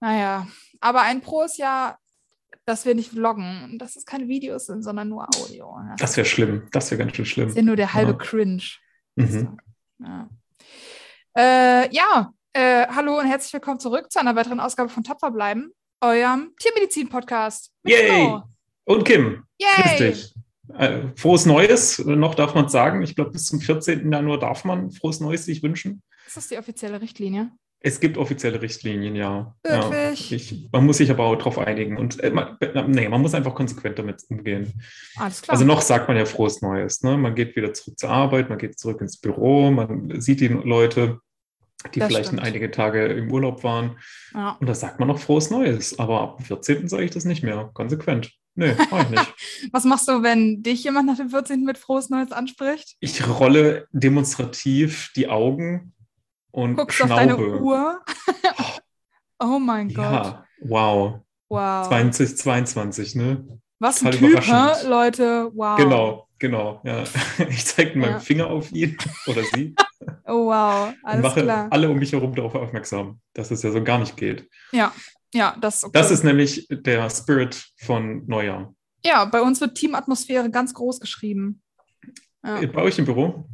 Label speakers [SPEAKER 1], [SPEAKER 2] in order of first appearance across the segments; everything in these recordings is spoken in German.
[SPEAKER 1] Naja, aber ein Pro ist ja, dass wir nicht vloggen, dass es keine Videos sind, sondern nur Audio. ne?
[SPEAKER 2] Das wäre schlimm. Das wäre ganz schön schlimm.
[SPEAKER 1] ist ja nur der halbe
[SPEAKER 2] Ja.
[SPEAKER 1] Cringe.
[SPEAKER 2] Mhm.
[SPEAKER 1] Ja, äh, ja äh, hallo und herzlich willkommen zurück zu einer weiteren Ausgabe von Tapfer bleiben, eurem Tiermedizin-Podcast. mit
[SPEAKER 2] Yay!
[SPEAKER 1] Flo.
[SPEAKER 2] Und Kim, grüß
[SPEAKER 1] Yay!
[SPEAKER 2] dich. Äh, Frohes Neues, noch darf man es sagen. Ich glaube, bis zum 14. Januar darf man frohes Neues sich wünschen.
[SPEAKER 1] Ist das die offizielle Richtlinie?
[SPEAKER 2] Es gibt offizielle Richtlinien, ja.
[SPEAKER 1] Wirklich?
[SPEAKER 2] ja ich, man muss sich aber auch darauf einigen. Und äh, man, nee, man muss einfach konsequent damit umgehen.
[SPEAKER 1] Alles klar.
[SPEAKER 2] Also noch sagt man ja frohes Neues. Ne? Man geht wieder zurück zur Arbeit, man geht zurück ins Büro, man sieht die Leute, die
[SPEAKER 1] Das
[SPEAKER 2] vielleicht
[SPEAKER 1] stimmt.
[SPEAKER 2] einige Tage im Urlaub waren.
[SPEAKER 1] ja.
[SPEAKER 2] Und da sagt man noch frohes Neues. Aber ab dem 14. sage ich das nicht mehr. Konsequent. Nee, mach ich nicht.
[SPEAKER 1] Was machst du, wenn dich jemand nach dem 14. mit Frohes Neues anspricht?
[SPEAKER 2] Ich rolle demonstrativ die Augen und
[SPEAKER 1] Guckst auf
[SPEAKER 2] schnaube.
[SPEAKER 1] deine Uhr? oh mein Gott.
[SPEAKER 2] Ja, wow.
[SPEAKER 1] Wow.
[SPEAKER 2] 2022, ne?
[SPEAKER 1] Was ein
[SPEAKER 2] total
[SPEAKER 1] Typ, hä?
[SPEAKER 2] überraschend.
[SPEAKER 1] Leute. Wow.
[SPEAKER 2] Genau, genau. Ja. Ich zeige mit meinem
[SPEAKER 1] Ja.
[SPEAKER 2] Finger auf ihn oder sie
[SPEAKER 1] Oh, wow.
[SPEAKER 2] und
[SPEAKER 1] Alles
[SPEAKER 2] mache
[SPEAKER 1] klar.
[SPEAKER 2] alle um mich herum darauf aufmerksam, dass es ja so gar nicht geht.
[SPEAKER 1] Ja, das ist okay.
[SPEAKER 2] Das ist nämlich der Spirit von Neujahr.
[SPEAKER 1] ja, bei uns wird Teamatmosphäre ganz groß geschrieben. Ja.
[SPEAKER 2] Bei euch im Büro?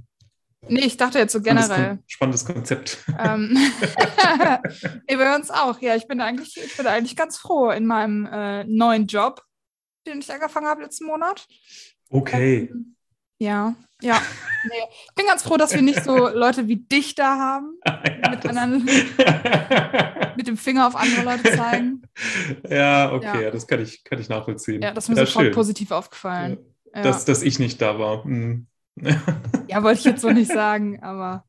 [SPEAKER 1] Nee, ich dachte jetzt so
[SPEAKER 2] Spannendes
[SPEAKER 1] generell.
[SPEAKER 2] Kon- Spannendes Konzept.
[SPEAKER 1] ähm, nee, bei uns auch. Ja, ich bin eigentlich, ich bin eigentlich ganz froh in meinem äh, neuen Job, den ich angefangen habe letzten Monat.
[SPEAKER 2] Okay.
[SPEAKER 1] Ähm, Ja, ja. Nee, ich bin ganz froh, dass wir nicht so Leute wie dich da haben,
[SPEAKER 2] Ja,
[SPEAKER 1] mit,
[SPEAKER 2] das-
[SPEAKER 1] anderen, mit dem Finger auf andere Leute zeigen.
[SPEAKER 2] ja, okay,
[SPEAKER 1] Ja.
[SPEAKER 2] ja. das kann ich, kann ich nachvollziehen.
[SPEAKER 1] Ja, das ist mir sofort
[SPEAKER 2] schön.
[SPEAKER 1] positiv aufgefallen. Ja,
[SPEAKER 2] dass, dass ich nicht da war. Hm.
[SPEAKER 1] ja wollte ich jetzt so nicht sagen, aber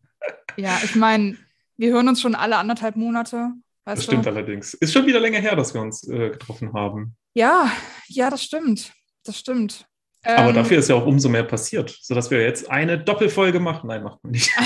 [SPEAKER 1] ja, ich meine, wir hören uns schon alle anderthalb Monate. Weißt
[SPEAKER 2] Das
[SPEAKER 1] du?
[SPEAKER 2] stimmt allerdings. Ist schon wieder länger her, dass wir uns äh, getroffen haben.
[SPEAKER 1] Ja, ja, das stimmt. Das stimmt.
[SPEAKER 2] Aber
[SPEAKER 1] Ähm,
[SPEAKER 2] dafür ist ja auch umso mehr passiert, sodass wir jetzt eine Doppelfolge machen. Nein, machen wir nicht.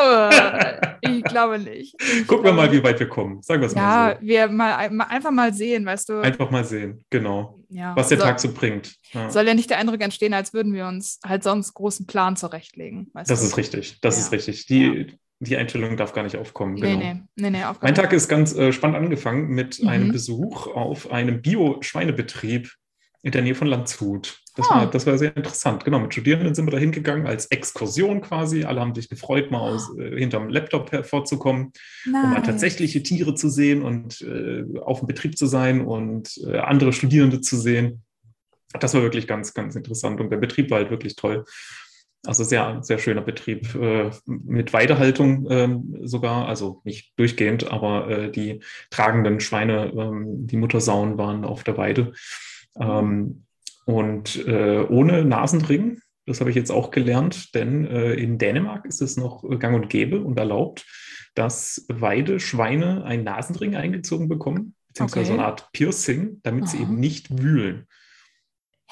[SPEAKER 1] aber ich glaube nicht. Ich
[SPEAKER 2] Gucken
[SPEAKER 1] glaube-
[SPEAKER 2] wir mal, wie weit wir kommen. Sagen wir es mal
[SPEAKER 1] Ja, also wir mal, ein- einfach mal sehen, weißt du.
[SPEAKER 2] so. Einfach mal sehen, genau.
[SPEAKER 1] ja.
[SPEAKER 2] Was der
[SPEAKER 1] soll,
[SPEAKER 2] Tag so bringt. Ja.
[SPEAKER 1] Soll ja nicht der Eindruck entstehen, als würden wir uns halt sonst großen Plan zurechtlegen. Weißt
[SPEAKER 2] Das
[SPEAKER 1] du?
[SPEAKER 2] ist richtig. Das
[SPEAKER 1] Ja.
[SPEAKER 2] ist richtig. Die, die Einstellung darf gar nicht aufkommen.
[SPEAKER 1] Nee,
[SPEAKER 2] Genau.
[SPEAKER 1] nee, nee, nee, auf gar keinen
[SPEAKER 2] Mein Tag ist ganz äh, spannend angefangen mit
[SPEAKER 1] Mhm.
[SPEAKER 2] einem Besuch auf einem Bio-Schweinebetrieb in der Nähe von Landshut. Das,
[SPEAKER 1] Ah.
[SPEAKER 2] war, das war sehr interessant. Genau, mit Studierenden sind wir da hingegangen, als Exkursion quasi. Alle haben sich gefreut, mal aus, äh, hinterm Laptop hervorzukommen,
[SPEAKER 1] Fall.
[SPEAKER 2] um mal
[SPEAKER 1] Nein.
[SPEAKER 2] tatsächliche Tiere zu sehen und äh, auf dem Betrieb zu sein und äh, andere Studierende zu sehen. Das war wirklich ganz, ganz interessant und der Betrieb war halt wirklich toll. Also sehr, sehr schöner Betrieb äh, mit Weidehaltung ähm, sogar, also nicht durchgehend, aber äh, die tragenden Schweine, ähm, die Muttersauen waren auf der Weide ähm, und äh, ohne Nasenring. Das habe ich jetzt auch gelernt, denn äh, in Dänemark ist es noch gang und gäbe und erlaubt, dass Weideschweine einen Nasenring eingezogen bekommen, beziehungsweise
[SPEAKER 1] Okay.
[SPEAKER 2] eine Art Piercing, damit sie
[SPEAKER 1] Aha.
[SPEAKER 2] eben nicht wühlen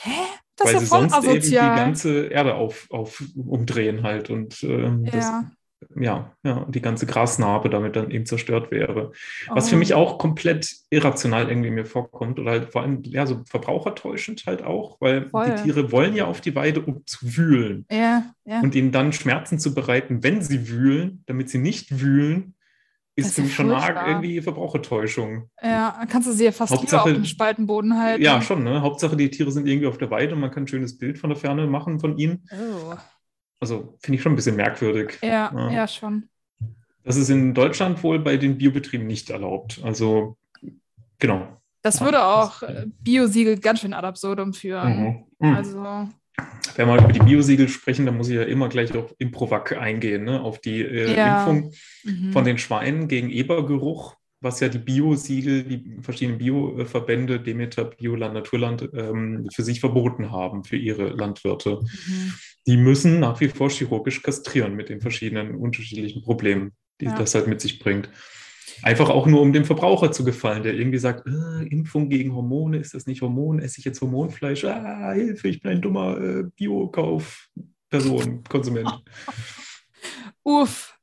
[SPEAKER 1] Hä? Das
[SPEAKER 2] weil
[SPEAKER 1] ist
[SPEAKER 2] sie
[SPEAKER 1] ja voll
[SPEAKER 2] sonst eben die
[SPEAKER 1] asozial.
[SPEAKER 2] ganze Erde auf, auf umdrehen halt und ähm, das,
[SPEAKER 1] Ja.
[SPEAKER 2] ja, ja, und die ganze Grasnarbe damit dann eben zerstört wäre. Was
[SPEAKER 1] Oh.
[SPEAKER 2] für mich auch komplett irrational irgendwie mir vorkommt oder halt vor allem ja so verbrauchertäuschend halt auch, weil
[SPEAKER 1] Voll.
[SPEAKER 2] die Tiere wollen ja auf die Weide, um zu wühlen
[SPEAKER 1] Ja, ja.
[SPEAKER 2] und ihnen dann Schmerzen zu bereiten, wenn sie wühlen, damit sie nicht wühlen,
[SPEAKER 1] Das
[SPEAKER 2] ist
[SPEAKER 1] ist
[SPEAKER 2] für
[SPEAKER 1] ja
[SPEAKER 2] mich schon arg
[SPEAKER 1] furchtbar.
[SPEAKER 2] irgendwie Verbrauchertäuschung.
[SPEAKER 1] ja. Dann Kannst du sie ja fast lieber auf
[SPEAKER 2] Hauptsache-
[SPEAKER 1] dem Spaltenboden halten.
[SPEAKER 2] Ja, schon, ne? Hauptsache die Tiere sind irgendwie auf der Weide und man kann ein schönes Bild von der Ferne machen von ihnen.
[SPEAKER 1] Oh.
[SPEAKER 2] Also finde ich schon ein bisschen merkwürdig.
[SPEAKER 1] Ja, ja,
[SPEAKER 2] Ja.
[SPEAKER 1] schon.
[SPEAKER 2] Das ist in Deutschland wohl bei den Biobetrieben nicht erlaubt. Also genau.
[SPEAKER 1] Das
[SPEAKER 2] Ja,
[SPEAKER 1] würde
[SPEAKER 2] das-
[SPEAKER 1] auch äh, Biosiegel ganz schön ad absurdum führen.
[SPEAKER 2] Mhm. Mhm.
[SPEAKER 1] Also,
[SPEAKER 2] Wenn wir über die Biosiegel sprechen, dann muss ich ja immer gleich auf Improvac eingehen, ne? auf die äh,
[SPEAKER 1] Ja.
[SPEAKER 2] Impfung
[SPEAKER 1] mhm.
[SPEAKER 2] von den Schweinen gegen Ebergeruch, was ja die Biosiegel, die verschiedenen Bioverbände, Demeter, Bioland, Naturland, ähm, für sich verboten haben, für ihre Landwirte.
[SPEAKER 1] Mhm.
[SPEAKER 2] die müssen nach wie vor chirurgisch kastrieren mit den verschiedenen unterschiedlichen Problemen, die
[SPEAKER 1] Ja.
[SPEAKER 2] das halt mit sich bringt. Einfach auch nur, um dem Verbraucher zu gefallen, der irgendwie sagt, äh, Impfung gegen Hormone, ist das nicht Hormon? Esse ich jetzt Hormonfleisch? Ah, Hilfe, ich bin ein dummer äh, Biokauf-Person, Konsument.
[SPEAKER 1] Uff.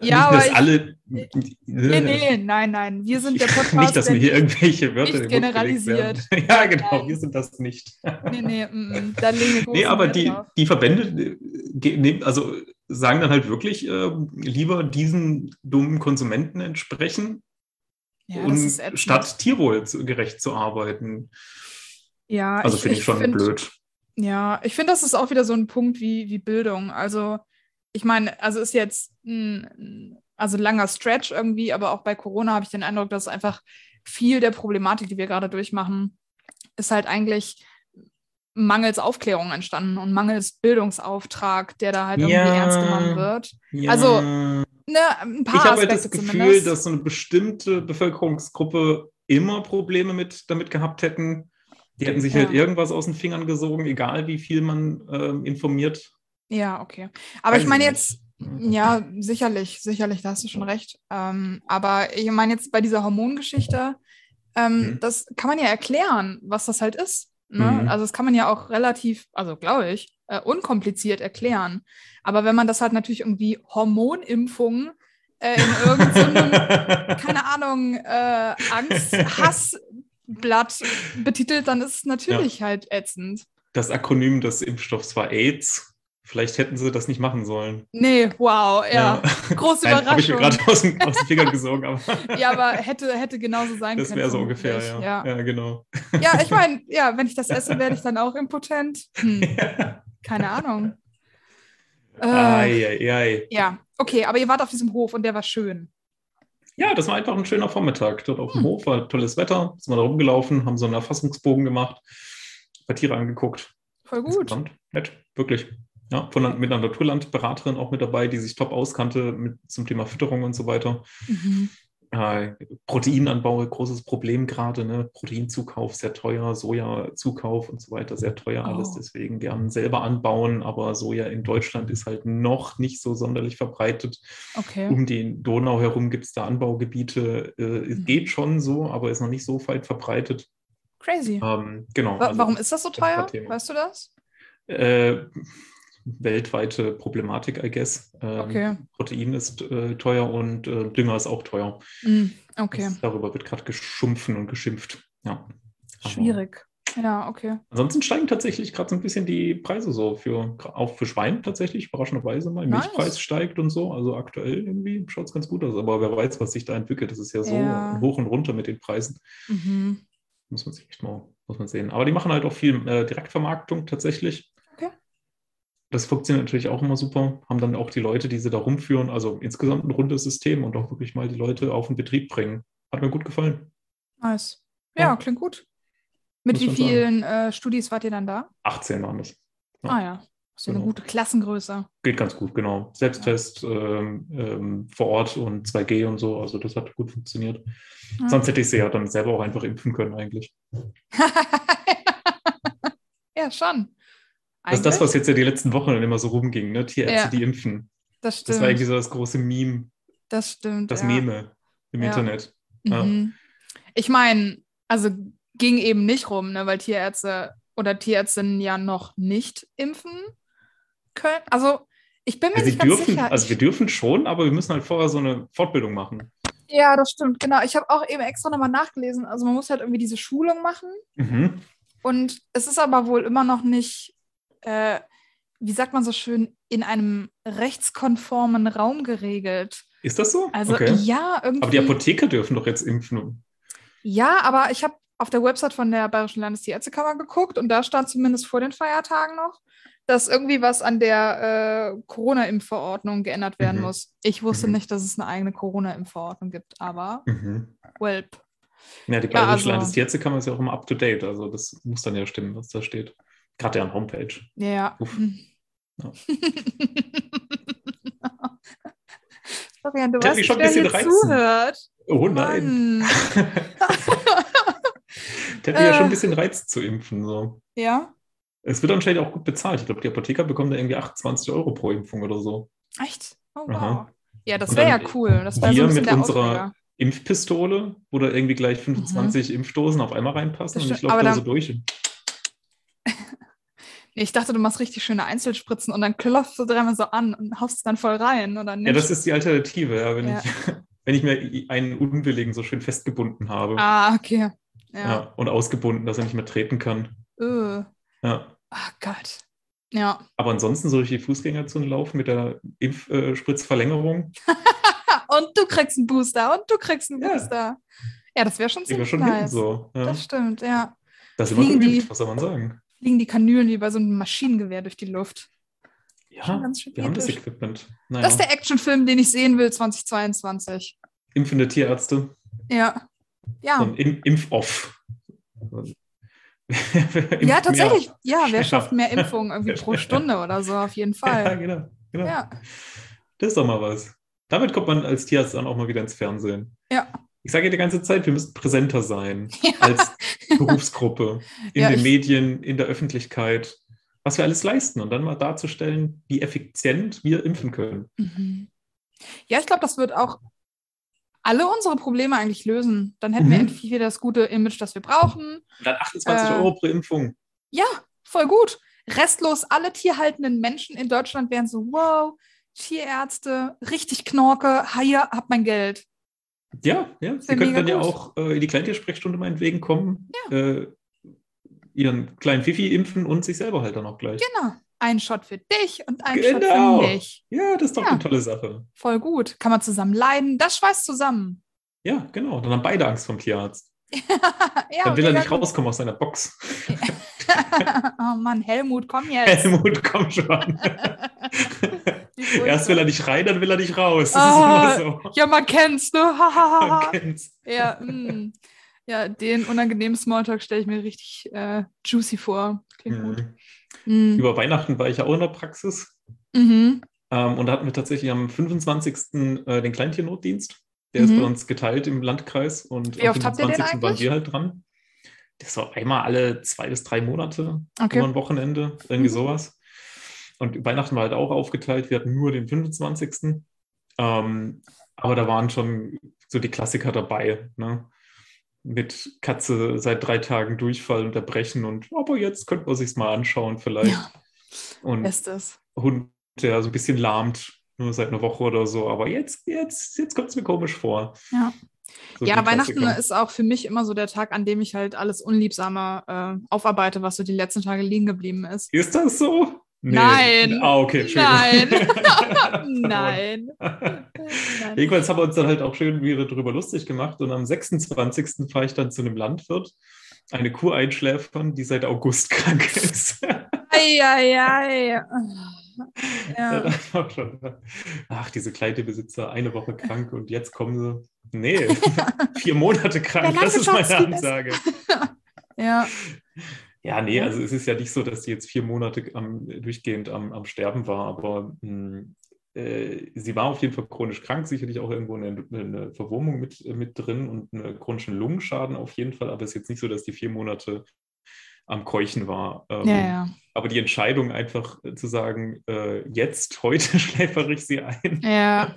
[SPEAKER 1] Ja,
[SPEAKER 2] nicht, dass
[SPEAKER 1] aber ich,
[SPEAKER 2] alle...
[SPEAKER 1] nee, nee, nein, nein. Wir sind der Podcast.
[SPEAKER 2] nicht, dass
[SPEAKER 1] der
[SPEAKER 2] mir hier irgendwelche Wörter
[SPEAKER 1] nicht
[SPEAKER 2] in den Mund gelegt werden. Ja, genau, wir sind das nicht.
[SPEAKER 1] Nee, nee, mm, mm, da legen wir großen
[SPEAKER 2] Nee, aber
[SPEAKER 1] Wert
[SPEAKER 2] die,
[SPEAKER 1] drauf.
[SPEAKER 2] die Verbände äh, ge- nehmen, also sagen dann halt wirklich, ähm, lieber diesen dummen Konsumenten entsprechen,
[SPEAKER 1] Ja, das
[SPEAKER 2] um
[SPEAKER 1] ist ätzend.
[SPEAKER 2] statt Tirol zu, gerecht zu arbeiten.
[SPEAKER 1] Ja,
[SPEAKER 2] Also finde ich, schon
[SPEAKER 1] find-
[SPEAKER 2] blöd.
[SPEAKER 1] Ja, ich finde, das ist auch wieder so ein Punkt wie, wie Bildung. Also, ich meine, also ist jetzt ein, also ein langer Stretch irgendwie, aber auch bei Corona habe ich den Eindruck, dass einfach viel der Problematik, die wir gerade durchmachen, ist halt eigentlich mangels Aufklärung entstanden und mangels Bildungsauftrag, der da halt irgendwie
[SPEAKER 2] Ja.
[SPEAKER 1] ernst genommen wird.
[SPEAKER 2] Ja.
[SPEAKER 1] Also, Ne, ein paar
[SPEAKER 2] ich habe halt
[SPEAKER 1] Aspekte
[SPEAKER 2] das Gefühl,
[SPEAKER 1] zumindest.
[SPEAKER 2] dass so eine bestimmte Bevölkerungsgruppe immer Probleme mit, damit gehabt hätten. Die hätten sich
[SPEAKER 1] Ja.
[SPEAKER 2] halt irgendwas aus den Fingern gesogen, egal wie viel man ähm, informiert.
[SPEAKER 1] ja, okay. Aber
[SPEAKER 2] Weiß
[SPEAKER 1] ich meine
[SPEAKER 2] nicht.
[SPEAKER 1] jetzt, Ja, sicherlich, sicherlich, da hast du schon recht. Ähm, aber ich meine jetzt bei dieser Hormongeschichte, ähm,
[SPEAKER 2] Mhm.
[SPEAKER 1] das kann man ja erklären, was das halt ist. Ne?
[SPEAKER 2] Mhm.
[SPEAKER 1] Also das kann man ja auch relativ, also glaube ich, äh, unkompliziert erklären. Aber wenn man das halt natürlich irgendwie Hormonimpfungen äh, in irgendeinem, keine Ahnung, äh, Angst, Hassblatt betitelt, dann ist es natürlich halt ätzend.
[SPEAKER 2] das Akronym des Impfstoffs war AIDS. Vielleicht hätten sie das nicht machen sollen.
[SPEAKER 1] Nee, wow, ja. Große
[SPEAKER 2] Nein, habe ich mir
[SPEAKER 1] Überraschung.
[SPEAKER 2] gerade aus, den- aus den Fingern gesogen, aber
[SPEAKER 1] Ja, aber hätte, hätte genauso sein
[SPEAKER 2] das
[SPEAKER 1] können.
[SPEAKER 2] wäre so ungefähr,
[SPEAKER 1] vermutlich,
[SPEAKER 2] ja. ja genau.
[SPEAKER 1] ja. Ja, ich meine, ja, wenn ich das esse, werde ich dann auch impotent. Hm, keine Ahnung. Äh,
[SPEAKER 2] Ai, ai, ai.
[SPEAKER 1] Ja, okay, aber ihr wart auf diesem Hof und der war schön.
[SPEAKER 2] Ja, das war einfach ein schöner Vormittag. Dort auf
[SPEAKER 1] Hm.
[SPEAKER 2] dem Hof war tolles Wetter, sind wir da rumgelaufen, haben so einen Erfassungsbogen gemacht, ein paar Tiere angeguckt.
[SPEAKER 1] Voll gut.
[SPEAKER 2] Insgesamt Nett, wirklich. Ja, von einer, mit einer Naturlandberaterin auch mit dabei, die sich top auskannte mit, zum Thema Fütterung und so weiter.
[SPEAKER 1] Mhm.
[SPEAKER 2] Äh, Proteinanbau, großes Problem gerade, ne? Proteinzukauf sehr teuer, Sojazukauf und so weiter sehr teuer alles.
[SPEAKER 1] Oh.
[SPEAKER 2] Deswegen, wir haben selber anbauen, aber Soja in Deutschland ist halt noch nicht so sonderlich verbreitet.
[SPEAKER 1] Okay.
[SPEAKER 2] Um die Donau herum gibt es da Anbaugebiete. Äh, es
[SPEAKER 1] Mhm.
[SPEAKER 2] geht schon so, aber ist noch nicht so weit verbreitet.
[SPEAKER 1] Crazy.
[SPEAKER 2] Ähm, genau.
[SPEAKER 1] Wa
[SPEAKER 2] also
[SPEAKER 1] warum ist das so teuer?
[SPEAKER 2] das Thema.
[SPEAKER 1] Weißt du das?
[SPEAKER 2] Äh, weltweite Problematik, I guess. Ähm,
[SPEAKER 1] Okay.
[SPEAKER 2] Protein ist äh, teuer und äh, Dünger ist auch teuer.
[SPEAKER 1] Hm, okay.
[SPEAKER 2] Das, darüber wird gerade geschumpfen und geschimpft. Ja. Aber
[SPEAKER 1] Schwierig. Ja, okay.
[SPEAKER 2] Ansonsten steigen tatsächlich gerade so ein bisschen die Preise so für auch für Schwein tatsächlich, überraschenderweise mal.
[SPEAKER 1] Nice.
[SPEAKER 2] Milchpreis steigt und so. Also aktuell irgendwie schaut es ganz gut aus, aber wer weiß, was sich da entwickelt. Das ist ja so
[SPEAKER 1] Ja.
[SPEAKER 2] hoch und runter mit den Preisen.
[SPEAKER 1] Mhm.
[SPEAKER 2] Muss man sich echt mal muss man sehen. Aber die machen halt auch viel äh, Direktvermarktung tatsächlich.
[SPEAKER 1] Okay.
[SPEAKER 2] Das funktioniert natürlich auch immer super. Haben dann auch die Leute, die sie da rumführen. Also insgesamt ein rundes System und auch wirklich mal die Leute auf den Betrieb bringen. Hat mir gut gefallen.
[SPEAKER 1] Nice.
[SPEAKER 2] Ja.
[SPEAKER 1] Ja, klingt gut. Mit
[SPEAKER 2] Muss
[SPEAKER 1] wie
[SPEAKER 2] man sagen.
[SPEAKER 1] vielen äh, Studis wart ihr dann da?
[SPEAKER 2] 18 waren das. Ja.
[SPEAKER 1] Ah ja. So eine
[SPEAKER 2] Genau.
[SPEAKER 1] gute Klassengröße.
[SPEAKER 2] Geht ganz gut, genau. Selbsttest ähm, ähm, vor Ort und 2G und so. Also das hat gut funktioniert.
[SPEAKER 1] Ja.
[SPEAKER 2] Sonst hätte ich sie ja dann selber auch einfach impfen können eigentlich.
[SPEAKER 1] ja, schon.
[SPEAKER 2] Das ist das,
[SPEAKER 1] Eigentlich?
[SPEAKER 2] was jetzt ja die letzten Wochen dann immer so rumging, ne? Tierärzte,
[SPEAKER 1] Ja.
[SPEAKER 2] die impfen.
[SPEAKER 1] Das stimmt.
[SPEAKER 2] Das war irgendwie so das große Meme,
[SPEAKER 1] das stimmt.
[SPEAKER 2] das
[SPEAKER 1] ja.
[SPEAKER 2] Meme im
[SPEAKER 1] Ja.
[SPEAKER 2] Internet. Ja.
[SPEAKER 1] Mhm. Ich meine, also ging eben nicht rum, ne, weil Tierärzte oder Tierärztinnen ja noch nicht impfen können. Also ich bin mir
[SPEAKER 2] Also, sie
[SPEAKER 1] nicht ganz
[SPEAKER 2] dürfen,
[SPEAKER 1] sicher.
[SPEAKER 2] also wir dürfen schon, aber wir müssen halt vorher so eine Fortbildung machen.
[SPEAKER 1] ja, das stimmt, genau. Ich habe auch eben extra nochmal nachgelesen. Also man muss halt irgendwie diese Schulung machen
[SPEAKER 2] Mhm.
[SPEAKER 1] und es ist aber wohl immer noch nicht, äh, wie sagt man so schön, in einem rechtskonformen Raum geregelt.
[SPEAKER 2] Ist das so?
[SPEAKER 1] Also ja, irgendwie.
[SPEAKER 2] Aber die Apotheker dürfen doch jetzt impfen.
[SPEAKER 1] Ja, aber ich habe auf der Website von der Bayerischen Landestierärztekammer geguckt und da stand zumindest vor den Feiertagen noch, dass irgendwie was an der äh, Corona-Impfverordnung geändert werden
[SPEAKER 2] Mhm.
[SPEAKER 1] muss. Ich wusste
[SPEAKER 2] Mhm.
[SPEAKER 1] nicht, dass es eine eigene Corona-Impfverordnung gibt, aber
[SPEAKER 2] Mhm.
[SPEAKER 1] welp.
[SPEAKER 2] Ja, die Bayerische
[SPEAKER 1] also-
[SPEAKER 2] Landestierärztekammer ist ja auch immer up to date. Also das muss dann ja stimmen, was da steht. Gerade deren Homepage.
[SPEAKER 1] Ja, ja. Hm.
[SPEAKER 2] Uff. Ja.
[SPEAKER 1] Florian, du
[SPEAKER 2] Der
[SPEAKER 1] weißt
[SPEAKER 2] hat mich
[SPEAKER 1] nicht,
[SPEAKER 2] schon ein
[SPEAKER 1] wer hier
[SPEAKER 2] bisschen reizen.
[SPEAKER 1] zuhört.
[SPEAKER 2] Oh nein.
[SPEAKER 1] Mann.
[SPEAKER 2] Der hat mich ja schon
[SPEAKER 1] Äh.
[SPEAKER 2] ein bisschen reizt zu impfen. So.
[SPEAKER 1] Ja,
[SPEAKER 2] Es wird anscheinend auch gut bezahlt. Ich glaube, die Apotheker bekommen da irgendwie 28 Euro pro Impfung oder so.
[SPEAKER 1] echt? Oh, wow.
[SPEAKER 2] Aha.
[SPEAKER 1] Ja, das
[SPEAKER 2] Und
[SPEAKER 1] wäre
[SPEAKER 2] dann
[SPEAKER 1] ja cool. Das wäre so
[SPEAKER 2] wir
[SPEAKER 1] ein bisschen
[SPEAKER 2] mit
[SPEAKER 1] der
[SPEAKER 2] unserer-
[SPEAKER 1] Aufreger.
[SPEAKER 2] Impfpistole, wo da irgendwie gleich 25 Impfdosen auf einmal reinpassen
[SPEAKER 1] Mhm. Das
[SPEAKER 2] und ich
[SPEAKER 1] stimmt,
[SPEAKER 2] laufe
[SPEAKER 1] aber
[SPEAKER 2] da
[SPEAKER 1] da-
[SPEAKER 2] so durch.
[SPEAKER 1] Nee, Ich dachte, du machst richtig schöne Einzelspritzen und dann klopfst du dreimal so an und haust es dann voll rein oder nicht?
[SPEAKER 2] Ja, das ist die Alternative, ja, wenn,
[SPEAKER 1] Ja.
[SPEAKER 2] Ich, wenn ich mir einen Unwilligen so schön festgebunden habe
[SPEAKER 1] ah, okay.
[SPEAKER 2] ja.
[SPEAKER 1] Ja.
[SPEAKER 2] und ausgebunden, dass er nicht mehr treten kann.
[SPEAKER 1] Äh.
[SPEAKER 2] Ja.
[SPEAKER 1] Ah, Gott. Ja.
[SPEAKER 2] äh, Aber ansonsten soll ich die Fußgängerzone laufen mit der Impfspritzverlängerung.
[SPEAKER 1] Ha, Ah, und du kriegst einen Booster und du kriegst einen
[SPEAKER 2] Ja.
[SPEAKER 1] Booster. Ja, das wäre schon
[SPEAKER 2] Kriegen wir
[SPEAKER 1] ziemlich
[SPEAKER 2] schon hin
[SPEAKER 1] nice.
[SPEAKER 2] so. Ja.
[SPEAKER 1] Das
[SPEAKER 2] Das,
[SPEAKER 1] stimmt, ja.
[SPEAKER 2] ist immer
[SPEAKER 1] fliegen die-
[SPEAKER 2] geübt, was soll man sagen?
[SPEAKER 1] Fliegen die Kanülen wie bei so einem Maschinengewehr durch die Luft. Schon
[SPEAKER 2] Ja,
[SPEAKER 1] ganz schön
[SPEAKER 2] wir haben das
[SPEAKER 1] episch.
[SPEAKER 2] Equipment. Naja.
[SPEAKER 1] Das ist der Actionfilm, den ich sehen will 2022.
[SPEAKER 2] Impfende Tierärzte,
[SPEAKER 1] Ja. Ja,
[SPEAKER 2] so ein Im Impf-Off.
[SPEAKER 1] ja tatsächlich. Ja, wer
[SPEAKER 2] Ja.
[SPEAKER 1] schafft mehr Impfungen irgendwie pro Stunde oder so, auf jeden
[SPEAKER 2] Ja,
[SPEAKER 1] Fall.
[SPEAKER 2] genau. genau.
[SPEAKER 1] Ja,
[SPEAKER 2] Das ist doch mal was. Damit kommt man als Tierarzt dann auch mal wieder ins Fernsehen.
[SPEAKER 1] Ja.
[SPEAKER 2] Ich sage ja die ganze Zeit, wir müssen präsenter sein
[SPEAKER 1] Ja.
[SPEAKER 2] als Berufsgruppe, in
[SPEAKER 1] Ja,
[SPEAKER 2] den
[SPEAKER 1] ich-
[SPEAKER 2] Medien, in der Öffentlichkeit, was wir alles leisten und dann mal darzustellen, wie effizient wir impfen können.
[SPEAKER 1] mhm. ja ich glaube, das wird auch alle unsere Probleme eigentlich lösen. Dann hätten wir
[SPEAKER 2] Mhm.
[SPEAKER 1] endlich wieder das gute Image, das wir brauchen.
[SPEAKER 2] Und dann 28
[SPEAKER 1] Äh.
[SPEAKER 2] Euro pro Impfung.
[SPEAKER 1] voll gut. Restlos alle tierhaltenden Menschen in Deutschland wären so, wow, Tierärzte, richtig Knorke, hier, hab mein Geld.
[SPEAKER 2] Ja, ja. Sie
[SPEAKER 1] ja
[SPEAKER 2] können
[SPEAKER 1] mega
[SPEAKER 2] dann ja
[SPEAKER 1] gut.
[SPEAKER 2] auch äh, in die Kleintiersprechstunde meinetwegen kommen, äh, ihren kleinen Fifi impfen und sich selber halt dann auch gleich.
[SPEAKER 1] Genau. Ein Shot für dich und ein
[SPEAKER 2] Genau.
[SPEAKER 1] Shot für mich.
[SPEAKER 2] Ja, das ist doch
[SPEAKER 1] Ja.
[SPEAKER 2] eine tolle Sache.
[SPEAKER 1] Voll gut. Kann man zusammen leiden. Das schweißt zusammen.
[SPEAKER 2] Ja, genau. Dann haben beide Angst vom Tierarzt.
[SPEAKER 1] ja,
[SPEAKER 2] dann will er
[SPEAKER 1] mega
[SPEAKER 2] nicht
[SPEAKER 1] gut.
[SPEAKER 2] rauskommen aus seiner Box.
[SPEAKER 1] oh Mann, Helmut, komm jetzt.
[SPEAKER 2] Helmut, komm schon.
[SPEAKER 1] Wie furchtbar.
[SPEAKER 2] Erst will er nicht rein, dann will er nicht raus. Das
[SPEAKER 1] Ah.
[SPEAKER 2] ist immer so.
[SPEAKER 1] ja, man kennt's, ne? Ha, ha, ha, ha.
[SPEAKER 2] Man kennt's.
[SPEAKER 1] Ja, mm. ja, den unangenehmen Smalltalk stelle ich mir richtig äh, juicy vor. Klingt gut.
[SPEAKER 2] Mhm.
[SPEAKER 1] Mm.
[SPEAKER 2] Über Weihnachten war ich ja auch in der Praxis.
[SPEAKER 1] Mhm.
[SPEAKER 2] Ähm, und da hatten wir tatsächlich am 25. Äh, den Kleintiernotdienst. Der ist
[SPEAKER 1] Mhm.
[SPEAKER 2] bei uns geteilt im Landkreis. Und
[SPEAKER 1] Wie
[SPEAKER 2] am
[SPEAKER 1] oft habt ihr den
[SPEAKER 2] 25. waren
[SPEAKER 1] eigentlich?
[SPEAKER 2] wir halt dran. Das war einmal alle zwei bis drei Monate.
[SPEAKER 1] Okay.
[SPEAKER 2] immer ein Wochenende, irgendwie
[SPEAKER 1] Mhm.
[SPEAKER 2] sowas. Und Weihnachten war halt auch aufgeteilt. Wir hatten nur den 25. Ähm, aber da waren schon so die Klassiker dabei. Ne? Mit Katze seit drei Tagen Durchfall und Erbrechen und aber jetzt könnte man sich's mal anschauen vielleicht.
[SPEAKER 1] Ja.
[SPEAKER 2] Und
[SPEAKER 1] Bestes.
[SPEAKER 2] Hund, der so ein bisschen lahmt, nur seit einer Woche oder so. Aber jetzt, jetzt, jetzt kommt es mir komisch vor.
[SPEAKER 1] Ja.
[SPEAKER 2] So
[SPEAKER 1] ja,
[SPEAKER 2] die
[SPEAKER 1] Weihnachten
[SPEAKER 2] Klassiker.
[SPEAKER 1] ist auch für mich immer so der Tag, an dem ich halt alles Unliebsame äh, aufarbeite, was so die letzten Tage liegen geblieben ist.
[SPEAKER 2] Ist das so? Nee.
[SPEAKER 1] Nein.
[SPEAKER 2] Ah, okay, Entschuldigung.
[SPEAKER 1] Nein.
[SPEAKER 2] Nein.
[SPEAKER 1] Nein.
[SPEAKER 2] Irgendwann haben wir uns dann halt auch schön wieder drüber lustig gemacht und am 26. fahre ich dann zu einem Landwirt, eine Kuh einschläfern, die seit August krank ist.
[SPEAKER 1] Ei, ei, ei. Ja.
[SPEAKER 2] Dann auch schon, Ach, diese Kleidebesitzer, eine Woche krank und jetzt kommen sie. Nee, vier Monate krank,
[SPEAKER 1] Der
[SPEAKER 2] das ist meine
[SPEAKER 1] Landwirtschaftsstil ist-
[SPEAKER 2] Ansage.
[SPEAKER 1] ja,
[SPEAKER 2] Also, Ja, nee, also es ist ja nicht so, dass die jetzt vier Monate am, durchgehend am, am Sterben war, aber mh, äh, sie war auf jeden Fall chronisch krank, sicherlich auch irgendwo eine, eine Verwurmung mit, mit drin und einen chronischen Lungenschaden auf jeden Fall, aber es ist jetzt nicht so, dass die vier Monate am Keuchen war. Ähm,
[SPEAKER 1] ja, ja.
[SPEAKER 2] Aber die Entscheidung einfach äh, zu sagen, äh, jetzt, heute schläfer ich sie ein,
[SPEAKER 1] Ja,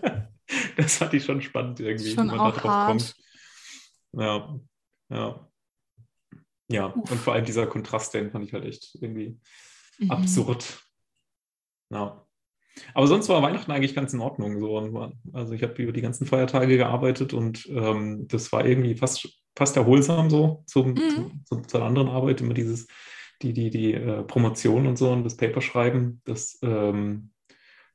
[SPEAKER 2] das fand ich schon spannend irgendwie,
[SPEAKER 1] Schon auch hart.
[SPEAKER 2] Ja, ja. Ja,
[SPEAKER 1] Uff.
[SPEAKER 2] und vor allem dieser Kontrast, den fand ich halt echt irgendwie
[SPEAKER 1] Mhm.
[SPEAKER 2] absurd. Ja. Aber sonst war Weihnachten eigentlich ganz in Ordnung. So. Und war- Also ich habe über die ganzen Feiertage gearbeitet und ähm, das war irgendwie fast, fast erholsam so zum,
[SPEAKER 1] Mhm.
[SPEAKER 2] zum, zum, zur anderen Arbeit. Immer dieses, die, die, die äh, Promotion und so und das Paper schreiben, das ähm,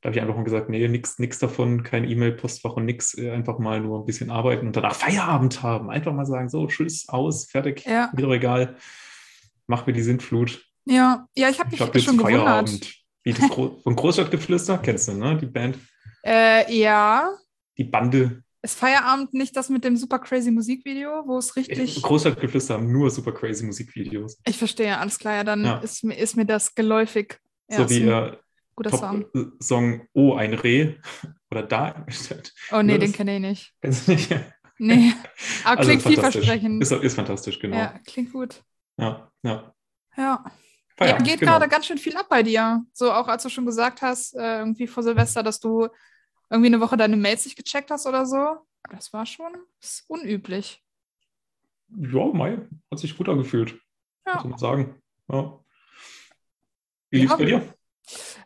[SPEAKER 2] da habe ich einfach mal gesagt, nee, nichts nix davon, kein E-Mail-Postfach und nix, äh, einfach mal nur ein bisschen arbeiten und danach Feierabend haben. Einfach mal sagen, so, tschüss, aus, fertig,
[SPEAKER 1] Ja.
[SPEAKER 2] wieder egal, mach mir die Sintflut.
[SPEAKER 1] Ja, ja, ich habe mich
[SPEAKER 2] Ich habe
[SPEAKER 1] echt
[SPEAKER 2] jetzt
[SPEAKER 1] schon gewundert.
[SPEAKER 2] Feierabend. Wie das Gro von Großstadtgeflüster, kennst du, ne? Die Band,
[SPEAKER 1] Äh, ja,
[SPEAKER 2] die Bande.
[SPEAKER 1] ist Feierabend nicht das mit dem super crazy Musikvideo, wo es richtig.
[SPEAKER 2] Großstadtgeflüster haben nur super crazy Musikvideos.
[SPEAKER 1] Ich verstehe, alles klar, ja, dann
[SPEAKER 2] Ja.
[SPEAKER 1] Ist, mir- ist mir das geläufig. Ja,
[SPEAKER 2] so
[SPEAKER 1] ist
[SPEAKER 2] wie
[SPEAKER 1] ein
[SPEAKER 2] äh,
[SPEAKER 1] guter Song.
[SPEAKER 2] Top-Song Oh, ein Reh oder da.
[SPEAKER 1] Oh nee,
[SPEAKER 2] nur
[SPEAKER 1] den
[SPEAKER 2] ne, das-
[SPEAKER 1] kenne ich nicht.
[SPEAKER 2] Kennst du nicht?
[SPEAKER 1] Nee, aber
[SPEAKER 2] Also
[SPEAKER 1] klingt
[SPEAKER 2] fantastisch.
[SPEAKER 1] Ah, vielversprechend.
[SPEAKER 2] Ist, ist fantastisch, genau.
[SPEAKER 1] Ja,
[SPEAKER 2] Ja,
[SPEAKER 1] klingt gut.
[SPEAKER 2] ja.
[SPEAKER 1] Ja, ja
[SPEAKER 2] Feierabend,
[SPEAKER 1] geht
[SPEAKER 2] genau.
[SPEAKER 1] gerade ganz schön viel ab bei dir. So auch als du schon gesagt hast, äh, irgendwie vor Silvester, dass du irgendwie eine Woche deine Mails nicht gecheckt hast oder so. Das war schon ist unüblich.
[SPEAKER 2] Ja, Mai, hat sich gut angefühlt,
[SPEAKER 1] Ja.
[SPEAKER 2] muss man sagen. Ja. Wie
[SPEAKER 1] Ja,
[SPEAKER 2] lief's bei dir?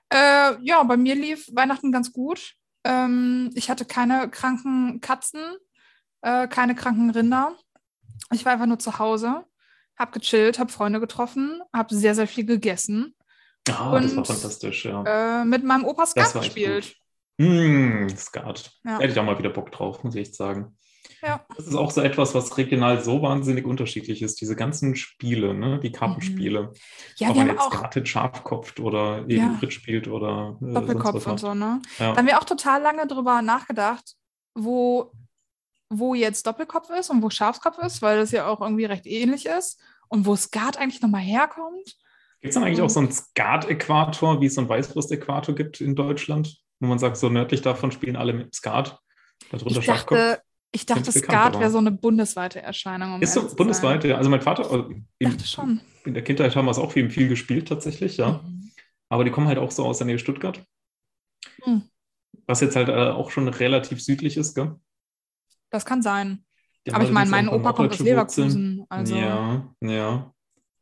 [SPEAKER 1] Äh, ja, bei mir lief Weihnachten ganz gut. Ähm, ich hatte keine kranken Katzen, äh, keine kranken Rinder. Ich war einfach nur zu Hause, hab gechillt, hab Freunde getroffen, hab sehr, sehr viel gegessen.
[SPEAKER 2] Ah, das war
[SPEAKER 1] Und,
[SPEAKER 2] fantastisch, ja.
[SPEAKER 1] Äh, mit meinem Opa Skat
[SPEAKER 2] das war echt
[SPEAKER 1] gespielt.
[SPEAKER 2] gut. Mm, Skat.
[SPEAKER 1] Ja.
[SPEAKER 2] Hätte ich auch mal wieder Bock drauf, muss ich echt sagen.
[SPEAKER 1] Ja.
[SPEAKER 2] Das ist auch so etwas, was regional so wahnsinnig unterschiedlich ist. Diese ganzen Spiele, ne? die Kartenspiele.
[SPEAKER 1] Mhm. Ja,
[SPEAKER 2] Ob
[SPEAKER 1] wir
[SPEAKER 2] man
[SPEAKER 1] haben
[SPEAKER 2] jetzt
[SPEAKER 1] auch
[SPEAKER 2] Karte scharf kopft oder eben
[SPEAKER 1] Ja.
[SPEAKER 2] Ritt spielt oder äh, sonst was
[SPEAKER 1] Doppelkopf und
[SPEAKER 2] macht.
[SPEAKER 1] so, ne? Da
[SPEAKER 2] Ja.
[SPEAKER 1] haben wir auch total lange drüber nachgedacht, wo, wo jetzt Doppelkopf ist und wo Schafskopf ist, weil das ja auch irgendwie recht ähnlich ist. Und wo Skat eigentlich nochmal herkommt.
[SPEAKER 2] Gibt es dann
[SPEAKER 1] Mhm.
[SPEAKER 2] eigentlich auch so einen Skat-Äquator, wie es so einen Weißwurst-Äquator gibt in Deutschland? Wo man sagt, so nördlich davon spielen alle mit Skat. Darunter
[SPEAKER 1] Ich
[SPEAKER 2] Schafkopf.
[SPEAKER 1] dachte, ich dachte,
[SPEAKER 2] Sind's bekannt,
[SPEAKER 1] Skat
[SPEAKER 2] aber-
[SPEAKER 1] wäre so eine bundesweite Erscheinung. Um
[SPEAKER 2] ist so
[SPEAKER 1] ehrlich zu
[SPEAKER 2] bundesweit,
[SPEAKER 1] sein.
[SPEAKER 2] ja. Also mein Vater, äh,
[SPEAKER 1] Ich
[SPEAKER 2] in,
[SPEAKER 1] dachte schon.
[SPEAKER 2] in der Kindheit haben wir es auch viel, viel gespielt tatsächlich, ja.
[SPEAKER 1] Mhm.
[SPEAKER 2] Aber die kommen halt auch so aus der Nähe Stuttgart.
[SPEAKER 1] Hm.
[SPEAKER 2] Was jetzt halt äh, auch schon relativ südlich ist, gell?
[SPEAKER 1] Das kann sein.
[SPEAKER 2] Die haben
[SPEAKER 1] Aber ich meine, mein
[SPEAKER 2] allerdings auch ein paar
[SPEAKER 1] Opa kommt aus
[SPEAKER 2] norddeutsche Wurzeln.
[SPEAKER 1] Leverkusen. Also Hm.
[SPEAKER 2] Ja, ja.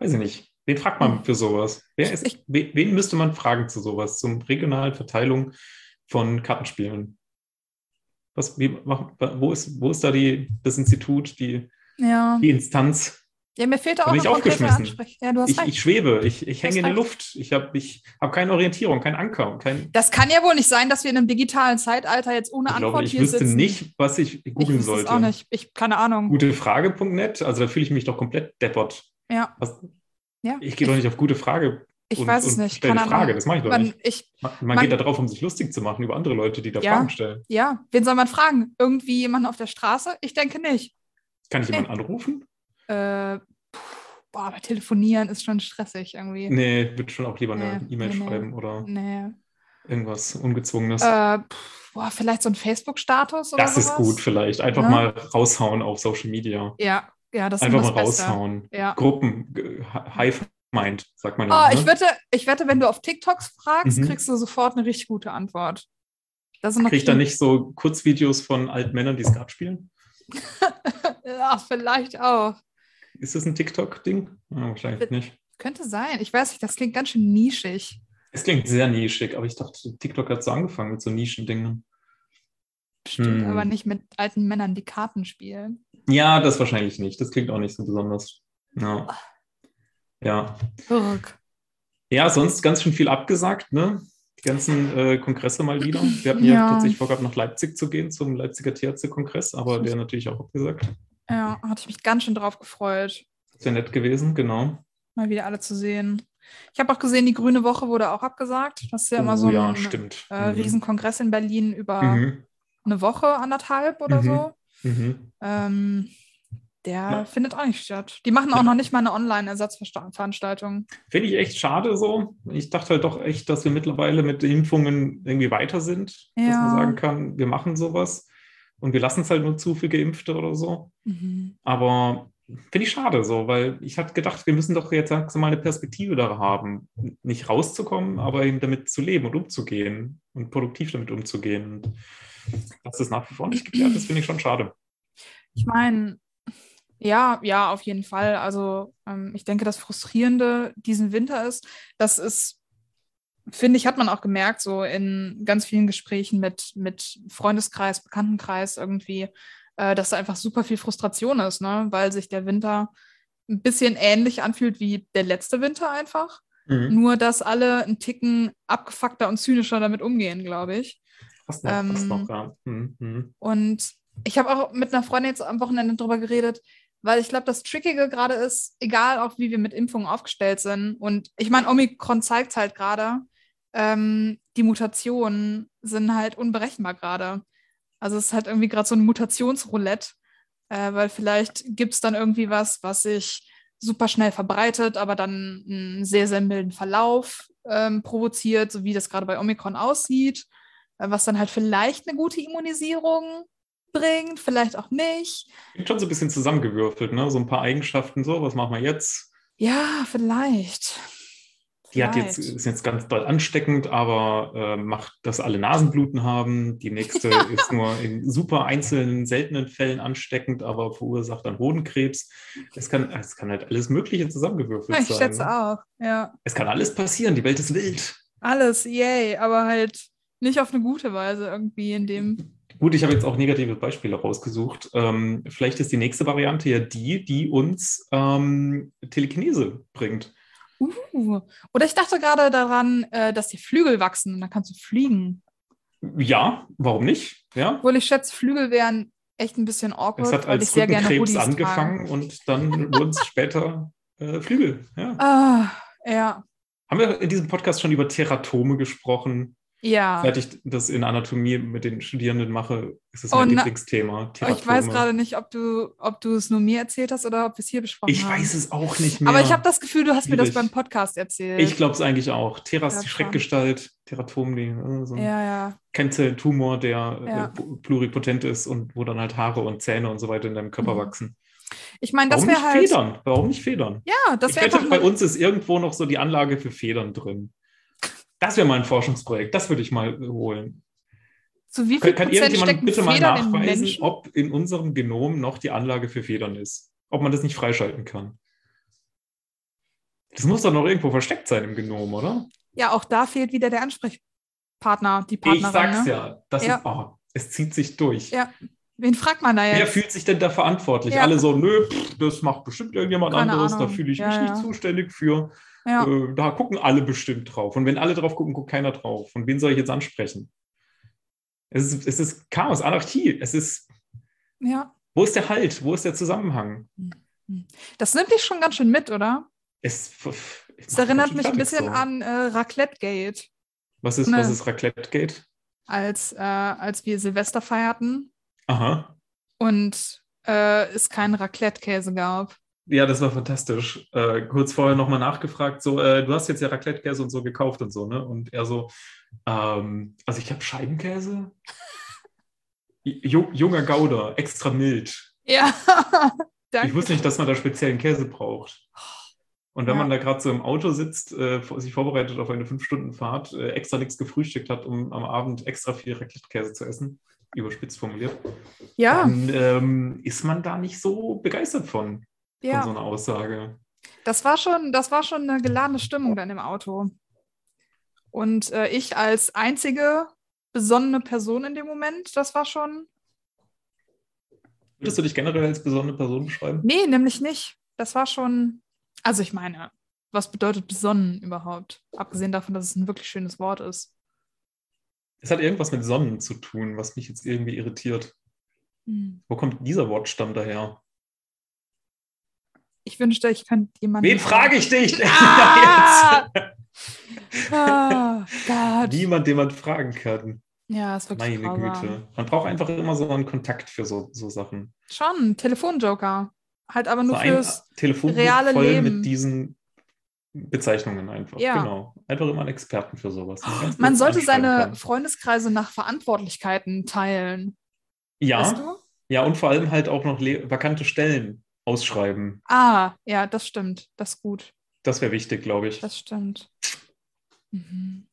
[SPEAKER 2] Weiß ich nicht. Wen fragt man für sowas? Wer ist,
[SPEAKER 1] Ich-
[SPEAKER 2] we- wen müsste man fragen zu sowas? Zum regionalen Verteilung von Kartenspielen? Was, wie, mach- wo, ist, wo ist da die, das Institut, die,
[SPEAKER 1] ja.
[SPEAKER 2] die Instanz?
[SPEAKER 1] ja mir fehlt da
[SPEAKER 2] Da
[SPEAKER 1] auch
[SPEAKER 2] bin ich
[SPEAKER 1] eine konkrete
[SPEAKER 2] aufgeschmissen.
[SPEAKER 1] Ansprech. Ja, du hast
[SPEAKER 2] Ich,
[SPEAKER 1] recht.
[SPEAKER 2] ich schwebe, ich, ich
[SPEAKER 1] Das
[SPEAKER 2] hänge in der
[SPEAKER 1] reicht.
[SPEAKER 2] Luft. Ich habe ich hab keine Orientierung, keinen Anker. und Kein,
[SPEAKER 1] das kann ja wohl nicht sein, dass wir in einem digitalen Zeitalter jetzt ohne
[SPEAKER 2] ich
[SPEAKER 1] Antwort
[SPEAKER 2] glaube, ich
[SPEAKER 1] hier
[SPEAKER 2] wüsste
[SPEAKER 1] sitzen.
[SPEAKER 2] nicht, was ich
[SPEAKER 1] ich
[SPEAKER 2] googeln
[SPEAKER 1] wüsste
[SPEAKER 2] sollte.
[SPEAKER 1] Es auch nicht. Ich keine Ahnung.
[SPEAKER 2] Gutefrage.net, also da fühle ich mich doch komplett deppert.
[SPEAKER 1] Ja.
[SPEAKER 2] Was-
[SPEAKER 1] Ja.
[SPEAKER 2] Ich gehe doch nicht auf gute Frage.
[SPEAKER 1] Ich
[SPEAKER 2] und-
[SPEAKER 1] weiß es
[SPEAKER 2] und
[SPEAKER 1] nicht.
[SPEAKER 2] stell eine
[SPEAKER 1] Keine
[SPEAKER 2] Frage,
[SPEAKER 1] Ahnung.
[SPEAKER 2] das mache ich doch
[SPEAKER 1] Man,
[SPEAKER 2] nicht.
[SPEAKER 1] ich,
[SPEAKER 2] Man, man
[SPEAKER 1] Man-
[SPEAKER 2] geht da drauf, um sich lustig zu machen über andere Leute, die da
[SPEAKER 1] Ja.
[SPEAKER 2] Fragen stellen.
[SPEAKER 1] ja, wen soll man fragen? Irgendwie jemanden auf der Straße? Ich denke nicht.
[SPEAKER 2] Kann ich jemanden anrufen?
[SPEAKER 1] Äh, pff, boah, aber telefonieren ist schon stressig irgendwie. Nee.
[SPEAKER 2] Nee, würde schon auch lieber eine
[SPEAKER 1] Nee,
[SPEAKER 2] E-Mail
[SPEAKER 1] nee, nee.
[SPEAKER 2] schreiben oder irgendwas Ungezwungenes.
[SPEAKER 1] Äh, pff, boah, vielleicht so ein Facebook-Status oder
[SPEAKER 2] das
[SPEAKER 1] sowas?
[SPEAKER 2] ist gut vielleicht. Einfach
[SPEAKER 1] Ja.
[SPEAKER 2] mal raushauen auf Social Media.
[SPEAKER 1] Ja, ja, das
[SPEAKER 2] Einfach
[SPEAKER 1] ist
[SPEAKER 2] mal
[SPEAKER 1] immer das Beste.
[SPEAKER 2] raushauen.
[SPEAKER 1] Ja.
[SPEAKER 2] Gruppen, g- hi- Hive Mind, sagt man
[SPEAKER 1] Oh,
[SPEAKER 2] ja. ne?
[SPEAKER 1] ich, wette, ich wette, wenn du auf TikToks fragst,
[SPEAKER 2] Mhm.
[SPEAKER 1] kriegst du sofort eine richtig gute Antwort. Das sind noch
[SPEAKER 2] Kriege ich da
[SPEAKER 1] bestimmt-
[SPEAKER 2] nicht so Kurzvideos von alten Männern, die Skat spielen?
[SPEAKER 1] Ja, äh, vielleicht auch.
[SPEAKER 2] Ist das ein TikTok-Ding? Ja, wahrscheinlich
[SPEAKER 1] Be-
[SPEAKER 2] nicht.
[SPEAKER 1] Könnte sein. Ich weiß nicht, das klingt ganz schön nischig.
[SPEAKER 2] Es klingt sehr nischig, aber ich dachte, TikTok hat so angefangen mit so Nischendingen.
[SPEAKER 1] Bestimmt,
[SPEAKER 2] Hm.
[SPEAKER 1] aber nicht mit alten Männern, die Karten spielen.
[SPEAKER 2] Ja, das wahrscheinlich nicht. Das klingt auch nicht so besonders. Ja. Ja,
[SPEAKER 1] Irk.
[SPEAKER 2] ja sonst ganz schön viel abgesagt, ne? Die ganzen äh, Kongresse mal wieder. Wir hatten ja,
[SPEAKER 1] Ja.
[SPEAKER 2] tatsächlich vorgehabt, nach Leipzig zu gehen, zum Leipziger THC-Kongress, aber der natürlich auch abgesagt.
[SPEAKER 1] Ja, hatte ich mich ganz schön drauf gefreut,
[SPEAKER 2] Das wäre nett gewesen, genau.
[SPEAKER 1] mal wieder alle zu sehen. Ich habe auch gesehen, die Grüne Woche wurde auch abgesagt. Das ist ja immer
[SPEAKER 2] Oh
[SPEAKER 1] so ein
[SPEAKER 2] ja, stimmt.
[SPEAKER 1] Äh,
[SPEAKER 2] Mhm.
[SPEAKER 1] Riesenkongress in Berlin über
[SPEAKER 2] Mhm.
[SPEAKER 1] eine Woche, anderthalb oder
[SPEAKER 2] Mhm.
[SPEAKER 1] so.
[SPEAKER 2] Mhm.
[SPEAKER 1] Ähm, der
[SPEAKER 2] Ja.
[SPEAKER 1] findet auch nicht statt. Die machen auch
[SPEAKER 2] Ja.
[SPEAKER 1] noch nicht mal eine Online-Ersatzveranstaltung.
[SPEAKER 2] Finde ich echt schade so. Ich dachte halt doch echt, dass wir mittlerweile mit den Impfungen irgendwie weiter sind, dass
[SPEAKER 1] Ja.
[SPEAKER 2] man sagen kann, wir machen sowas und wir lassen es halt nur zu für Geimpfte oder so.
[SPEAKER 1] Mhm.
[SPEAKER 2] Aber finde ich schade so, weil ich hatte gedacht, wir müssen doch jetzt langsam mal eine Perspektive da haben, nicht rauszukommen, aber eben damit zu leben und umzugehen und produktiv damit umzugehen. Und dass das nach wie vor nicht geklärt ist, finde ich schon schade.
[SPEAKER 1] Ich meine, ja, ja, auf jeden Fall. Also ähm, ich denke, das Frustrierende diesen Winter ist, das ist, finde ich, hat man auch gemerkt, so in ganz vielen Gesprächen mit, mit Freundeskreis, Bekanntenkreis irgendwie, äh, dass da einfach super viel Frustration ist, ne? weil sich der Winter ein bisschen ähnlich anfühlt wie der letzte Winter einfach.
[SPEAKER 2] Mhm.
[SPEAKER 1] Nur, dass alle einen Ticken abgefuckter und zynischer damit umgehen, glaube ich.
[SPEAKER 2] Passt noch, passt
[SPEAKER 1] ähm,
[SPEAKER 2] noch, ja. Mhm, mhm.
[SPEAKER 1] Und ich habe auch mit einer Freundin jetzt am Wochenende drüber geredet, weil ich glaube, das Trickige gerade ist, egal auch wie wir mit Impfungen aufgestellt sind. Und ich meine, Omikron zeigt halt gerade, ähm, die Mutationen sind halt unberechenbar gerade. Also es ist halt irgendwie gerade so ein Mutationsroulette, äh, weil vielleicht gibt es dann irgendwie was, was sich super schnell verbreitet, aber dann einen sehr, sehr milden Verlauf ähm, provoziert, so wie das gerade bei Omikron aussieht äh, was dann halt vielleicht eine gute Immunisierung bringt, vielleicht auch nicht.
[SPEAKER 2] Klingt schon so ein bisschen zusammengewürfelt, ne? So ein paar Eigenschaften, so, was machen wir jetzt?
[SPEAKER 1] Ja, vielleicht.
[SPEAKER 2] Die hat jetzt, äh,
[SPEAKER 1] Vielleicht.
[SPEAKER 2] ist jetzt ganz doll ansteckend, aber äh, macht, dass alle Nasenbluten haben. Die nächste ist nur in super einzelnen, seltenen Fällen ansteckend, aber verursacht dann Hodenkrebs. Es kann, es kann halt alles Mögliche zusammengewürfelt
[SPEAKER 1] Ich
[SPEAKER 2] sein.
[SPEAKER 1] schätze auch,
[SPEAKER 2] ne?
[SPEAKER 1] ja.
[SPEAKER 2] Es kann alles passieren, die Welt ist wild.
[SPEAKER 1] Alles, yay, aber halt nicht auf eine gute Weise irgendwie in dem.
[SPEAKER 2] Gut, ich habe jetzt auch negative Beispiele rausgesucht. Ähm, vielleicht ist die nächste Variante ja die, die uns ähm, Telekinese bringt.
[SPEAKER 1] Uh. Oder ich dachte gerade daran, äh, dass die Flügel wachsen und dann kannst du fliegen.
[SPEAKER 2] Ja, warum nicht? Ja.
[SPEAKER 1] Obwohl ich schätze, Flügel wären echt ein bisschen awkward,
[SPEAKER 2] Es hat
[SPEAKER 1] weil ich
[SPEAKER 2] als
[SPEAKER 1] sehr gerne
[SPEAKER 2] Rückenkrebs
[SPEAKER 1] Hoodies
[SPEAKER 2] angefangen und dann wurden es später äh, Flügel. Ja.
[SPEAKER 1] trage. Ah, ja.
[SPEAKER 2] Haben wir in diesem Podcast schon über Teratome gesprochen?
[SPEAKER 1] Ja.
[SPEAKER 2] Seit ich das in Anatomie mit den Studierenden mache, ist es
[SPEAKER 1] Oh
[SPEAKER 2] mein
[SPEAKER 1] na-
[SPEAKER 2] Lieblingsthema.
[SPEAKER 1] Aber
[SPEAKER 2] Teratome.
[SPEAKER 1] Ich weiß gerade nicht, ob du, ob du es nur mir erzählt hast oder ob wir es hier besprochen
[SPEAKER 2] Ich
[SPEAKER 1] haben.
[SPEAKER 2] weiß es auch nicht mehr.
[SPEAKER 1] Aber ich habe das Gefühl, du hast mir das beim
[SPEAKER 2] Schwierig.
[SPEAKER 1] Podcast erzählt.
[SPEAKER 2] Ich glaube es eigentlich auch. Teras, die
[SPEAKER 1] Ja,
[SPEAKER 2] Schreckgestalt, Teratom, die, äh, so ein
[SPEAKER 1] ja, ja.
[SPEAKER 2] Kennzell-Tumor, der
[SPEAKER 1] Ja.
[SPEAKER 2] äh, pu- pluripotent ist und wo dann halt Haare und Zähne und so weiter in deinem Körper
[SPEAKER 1] Mhm.
[SPEAKER 2] wachsen.
[SPEAKER 1] Ich meine, das
[SPEAKER 2] Warum
[SPEAKER 1] wäre
[SPEAKER 2] nicht
[SPEAKER 1] halt.
[SPEAKER 2] Federn? Warum nicht Federn?
[SPEAKER 1] Ja, das
[SPEAKER 2] ich
[SPEAKER 1] wäre
[SPEAKER 2] wette,
[SPEAKER 1] einfach.
[SPEAKER 2] bei
[SPEAKER 1] mal-
[SPEAKER 2] uns ist irgendwo noch so die Anlage für Federn drin. Das wäre mal ein Forschungsprojekt, das würde ich mal äh, holen.
[SPEAKER 1] Zu wie viel
[SPEAKER 2] Kann, kann
[SPEAKER 1] Prozent
[SPEAKER 2] irgendjemand
[SPEAKER 1] stecken
[SPEAKER 2] bitte mal
[SPEAKER 1] Federn im
[SPEAKER 2] nachweisen,
[SPEAKER 1] Menschen?
[SPEAKER 2] ob in unserem Genom noch die Anlage für Federn ist? Ob man das nicht freischalten kann? Das muss doch noch irgendwo versteckt sein im Genom, oder?
[SPEAKER 1] Ja, auch da fehlt wieder der Ansprechpartner, die
[SPEAKER 2] Ich
[SPEAKER 1] Partnerin.
[SPEAKER 2] sag's
[SPEAKER 1] ne?
[SPEAKER 2] ja. Das
[SPEAKER 1] Ja.
[SPEAKER 2] Ist, oh, es zieht sich durch.
[SPEAKER 1] Ja, Wen fragt man da
[SPEAKER 2] Wer
[SPEAKER 1] jetzt?
[SPEAKER 2] fühlt sich denn da verantwortlich?
[SPEAKER 1] Ja.
[SPEAKER 2] Alle so, nö, pff, das macht bestimmt irgendjemand
[SPEAKER 1] Keine
[SPEAKER 2] anderes, da
[SPEAKER 1] Ahnung.
[SPEAKER 2] fühle ich
[SPEAKER 1] Ja,
[SPEAKER 2] mich
[SPEAKER 1] ja.
[SPEAKER 2] nicht zuständig für.
[SPEAKER 1] Ja,
[SPEAKER 2] Äh, da gucken alle bestimmt drauf. Und wenn alle drauf gucken, guckt keiner drauf. Und wen soll ich jetzt ansprechen? Es ist, es ist Chaos, Anarchie. Es ist,
[SPEAKER 1] ja.
[SPEAKER 2] wo ist der Halt? Wo ist der Zusammenhang?
[SPEAKER 1] Das nimmt dich schon ganz schön mit, oder?
[SPEAKER 2] Es, pff, ich
[SPEAKER 1] Das
[SPEAKER 2] mach
[SPEAKER 1] erinnert
[SPEAKER 2] schon
[SPEAKER 1] mich ein
[SPEAKER 2] fertig
[SPEAKER 1] bisschen
[SPEAKER 2] so.
[SPEAKER 1] an äh, Raclette Gate,
[SPEAKER 2] Was ist,
[SPEAKER 1] Ne.
[SPEAKER 2] was ist Raclette Gate?
[SPEAKER 1] als, äh, als wir Silvester feierten
[SPEAKER 2] Aha.
[SPEAKER 1] und äh, es keinen Raclette-Käse gab.
[SPEAKER 2] Ja, das war fantastisch. Äh, kurz vorher nochmal nachgefragt, so, äh, du hast jetzt ja Raclette-Käse und so gekauft und so, ne? Und er so, ähm, also ich habe Scheibenkäse. Ju- junger Gouda, extra mild.
[SPEAKER 1] Ja, danke.
[SPEAKER 2] Ich wusste nicht, dass man da speziellen Käse braucht. Und wenn
[SPEAKER 1] Ja.
[SPEAKER 2] man da gerade so im Auto sitzt, äh, vor- sich vorbereitet auf eine 5-Stunden-Fahrt, äh, extra nichts gefrühstückt hat, um am Abend extra viel Raclette-Käse zu essen, überspitzt formuliert,
[SPEAKER 1] ja,
[SPEAKER 2] dann ähm, ist man da nicht so begeistert von, von so
[SPEAKER 1] ja.
[SPEAKER 2] einer Aussage.
[SPEAKER 1] Das war schon, das war schon eine geladene Stimmung dann im Auto. Und äh, ich als einzige besonnene Person in dem Moment, das war schon.
[SPEAKER 2] Würdest du dich generell als besondere Person beschreiben?
[SPEAKER 1] Nee, nämlich nicht. Das war schon. Also ich meine, was bedeutet besonnen überhaupt? Abgesehen davon, dass es ein wirklich schönes Wort ist.
[SPEAKER 2] Es hat irgendwas mit Sonnen zu tun, was mich jetzt irgendwie irritiert.
[SPEAKER 1] Hm.
[SPEAKER 2] Wo kommt dieser Wortstamm daher?
[SPEAKER 1] Ich wünschte, ich könnte jemanden.
[SPEAKER 2] Wen frage ich dich?
[SPEAKER 1] Ah!
[SPEAKER 2] jetzt?
[SPEAKER 1] Ah, Gott.
[SPEAKER 2] Niemand, den man fragen kann.
[SPEAKER 1] Ja, ist wirklich
[SPEAKER 2] Meine
[SPEAKER 1] grausam.
[SPEAKER 2] Güte. Man braucht einfach immer so einen Kontakt für so, so Sachen.
[SPEAKER 1] Schon, Telefonjoker. Halt aber nur
[SPEAKER 2] so
[SPEAKER 1] fürs.
[SPEAKER 2] Telefonbuch
[SPEAKER 1] reale
[SPEAKER 2] voll
[SPEAKER 1] Leben.
[SPEAKER 2] mit diesen Bezeichnungen einfach.
[SPEAKER 1] Ja.
[SPEAKER 2] Genau. Einfach immer einen Experten für sowas. Einen ganz
[SPEAKER 1] Man
[SPEAKER 2] guten
[SPEAKER 1] sollte
[SPEAKER 2] anschreiben
[SPEAKER 1] seine
[SPEAKER 2] kann.
[SPEAKER 1] Freundeskreise nach Verantwortlichkeiten teilen.
[SPEAKER 2] Ja,
[SPEAKER 1] Weißt du?
[SPEAKER 2] ja, und vor allem halt auch noch le- vakante Stellen ausschreiben.
[SPEAKER 1] Ah, ja, das stimmt. Das ist gut.
[SPEAKER 2] Das wäre wichtig, glaube ich.
[SPEAKER 1] Das stimmt. Mhm.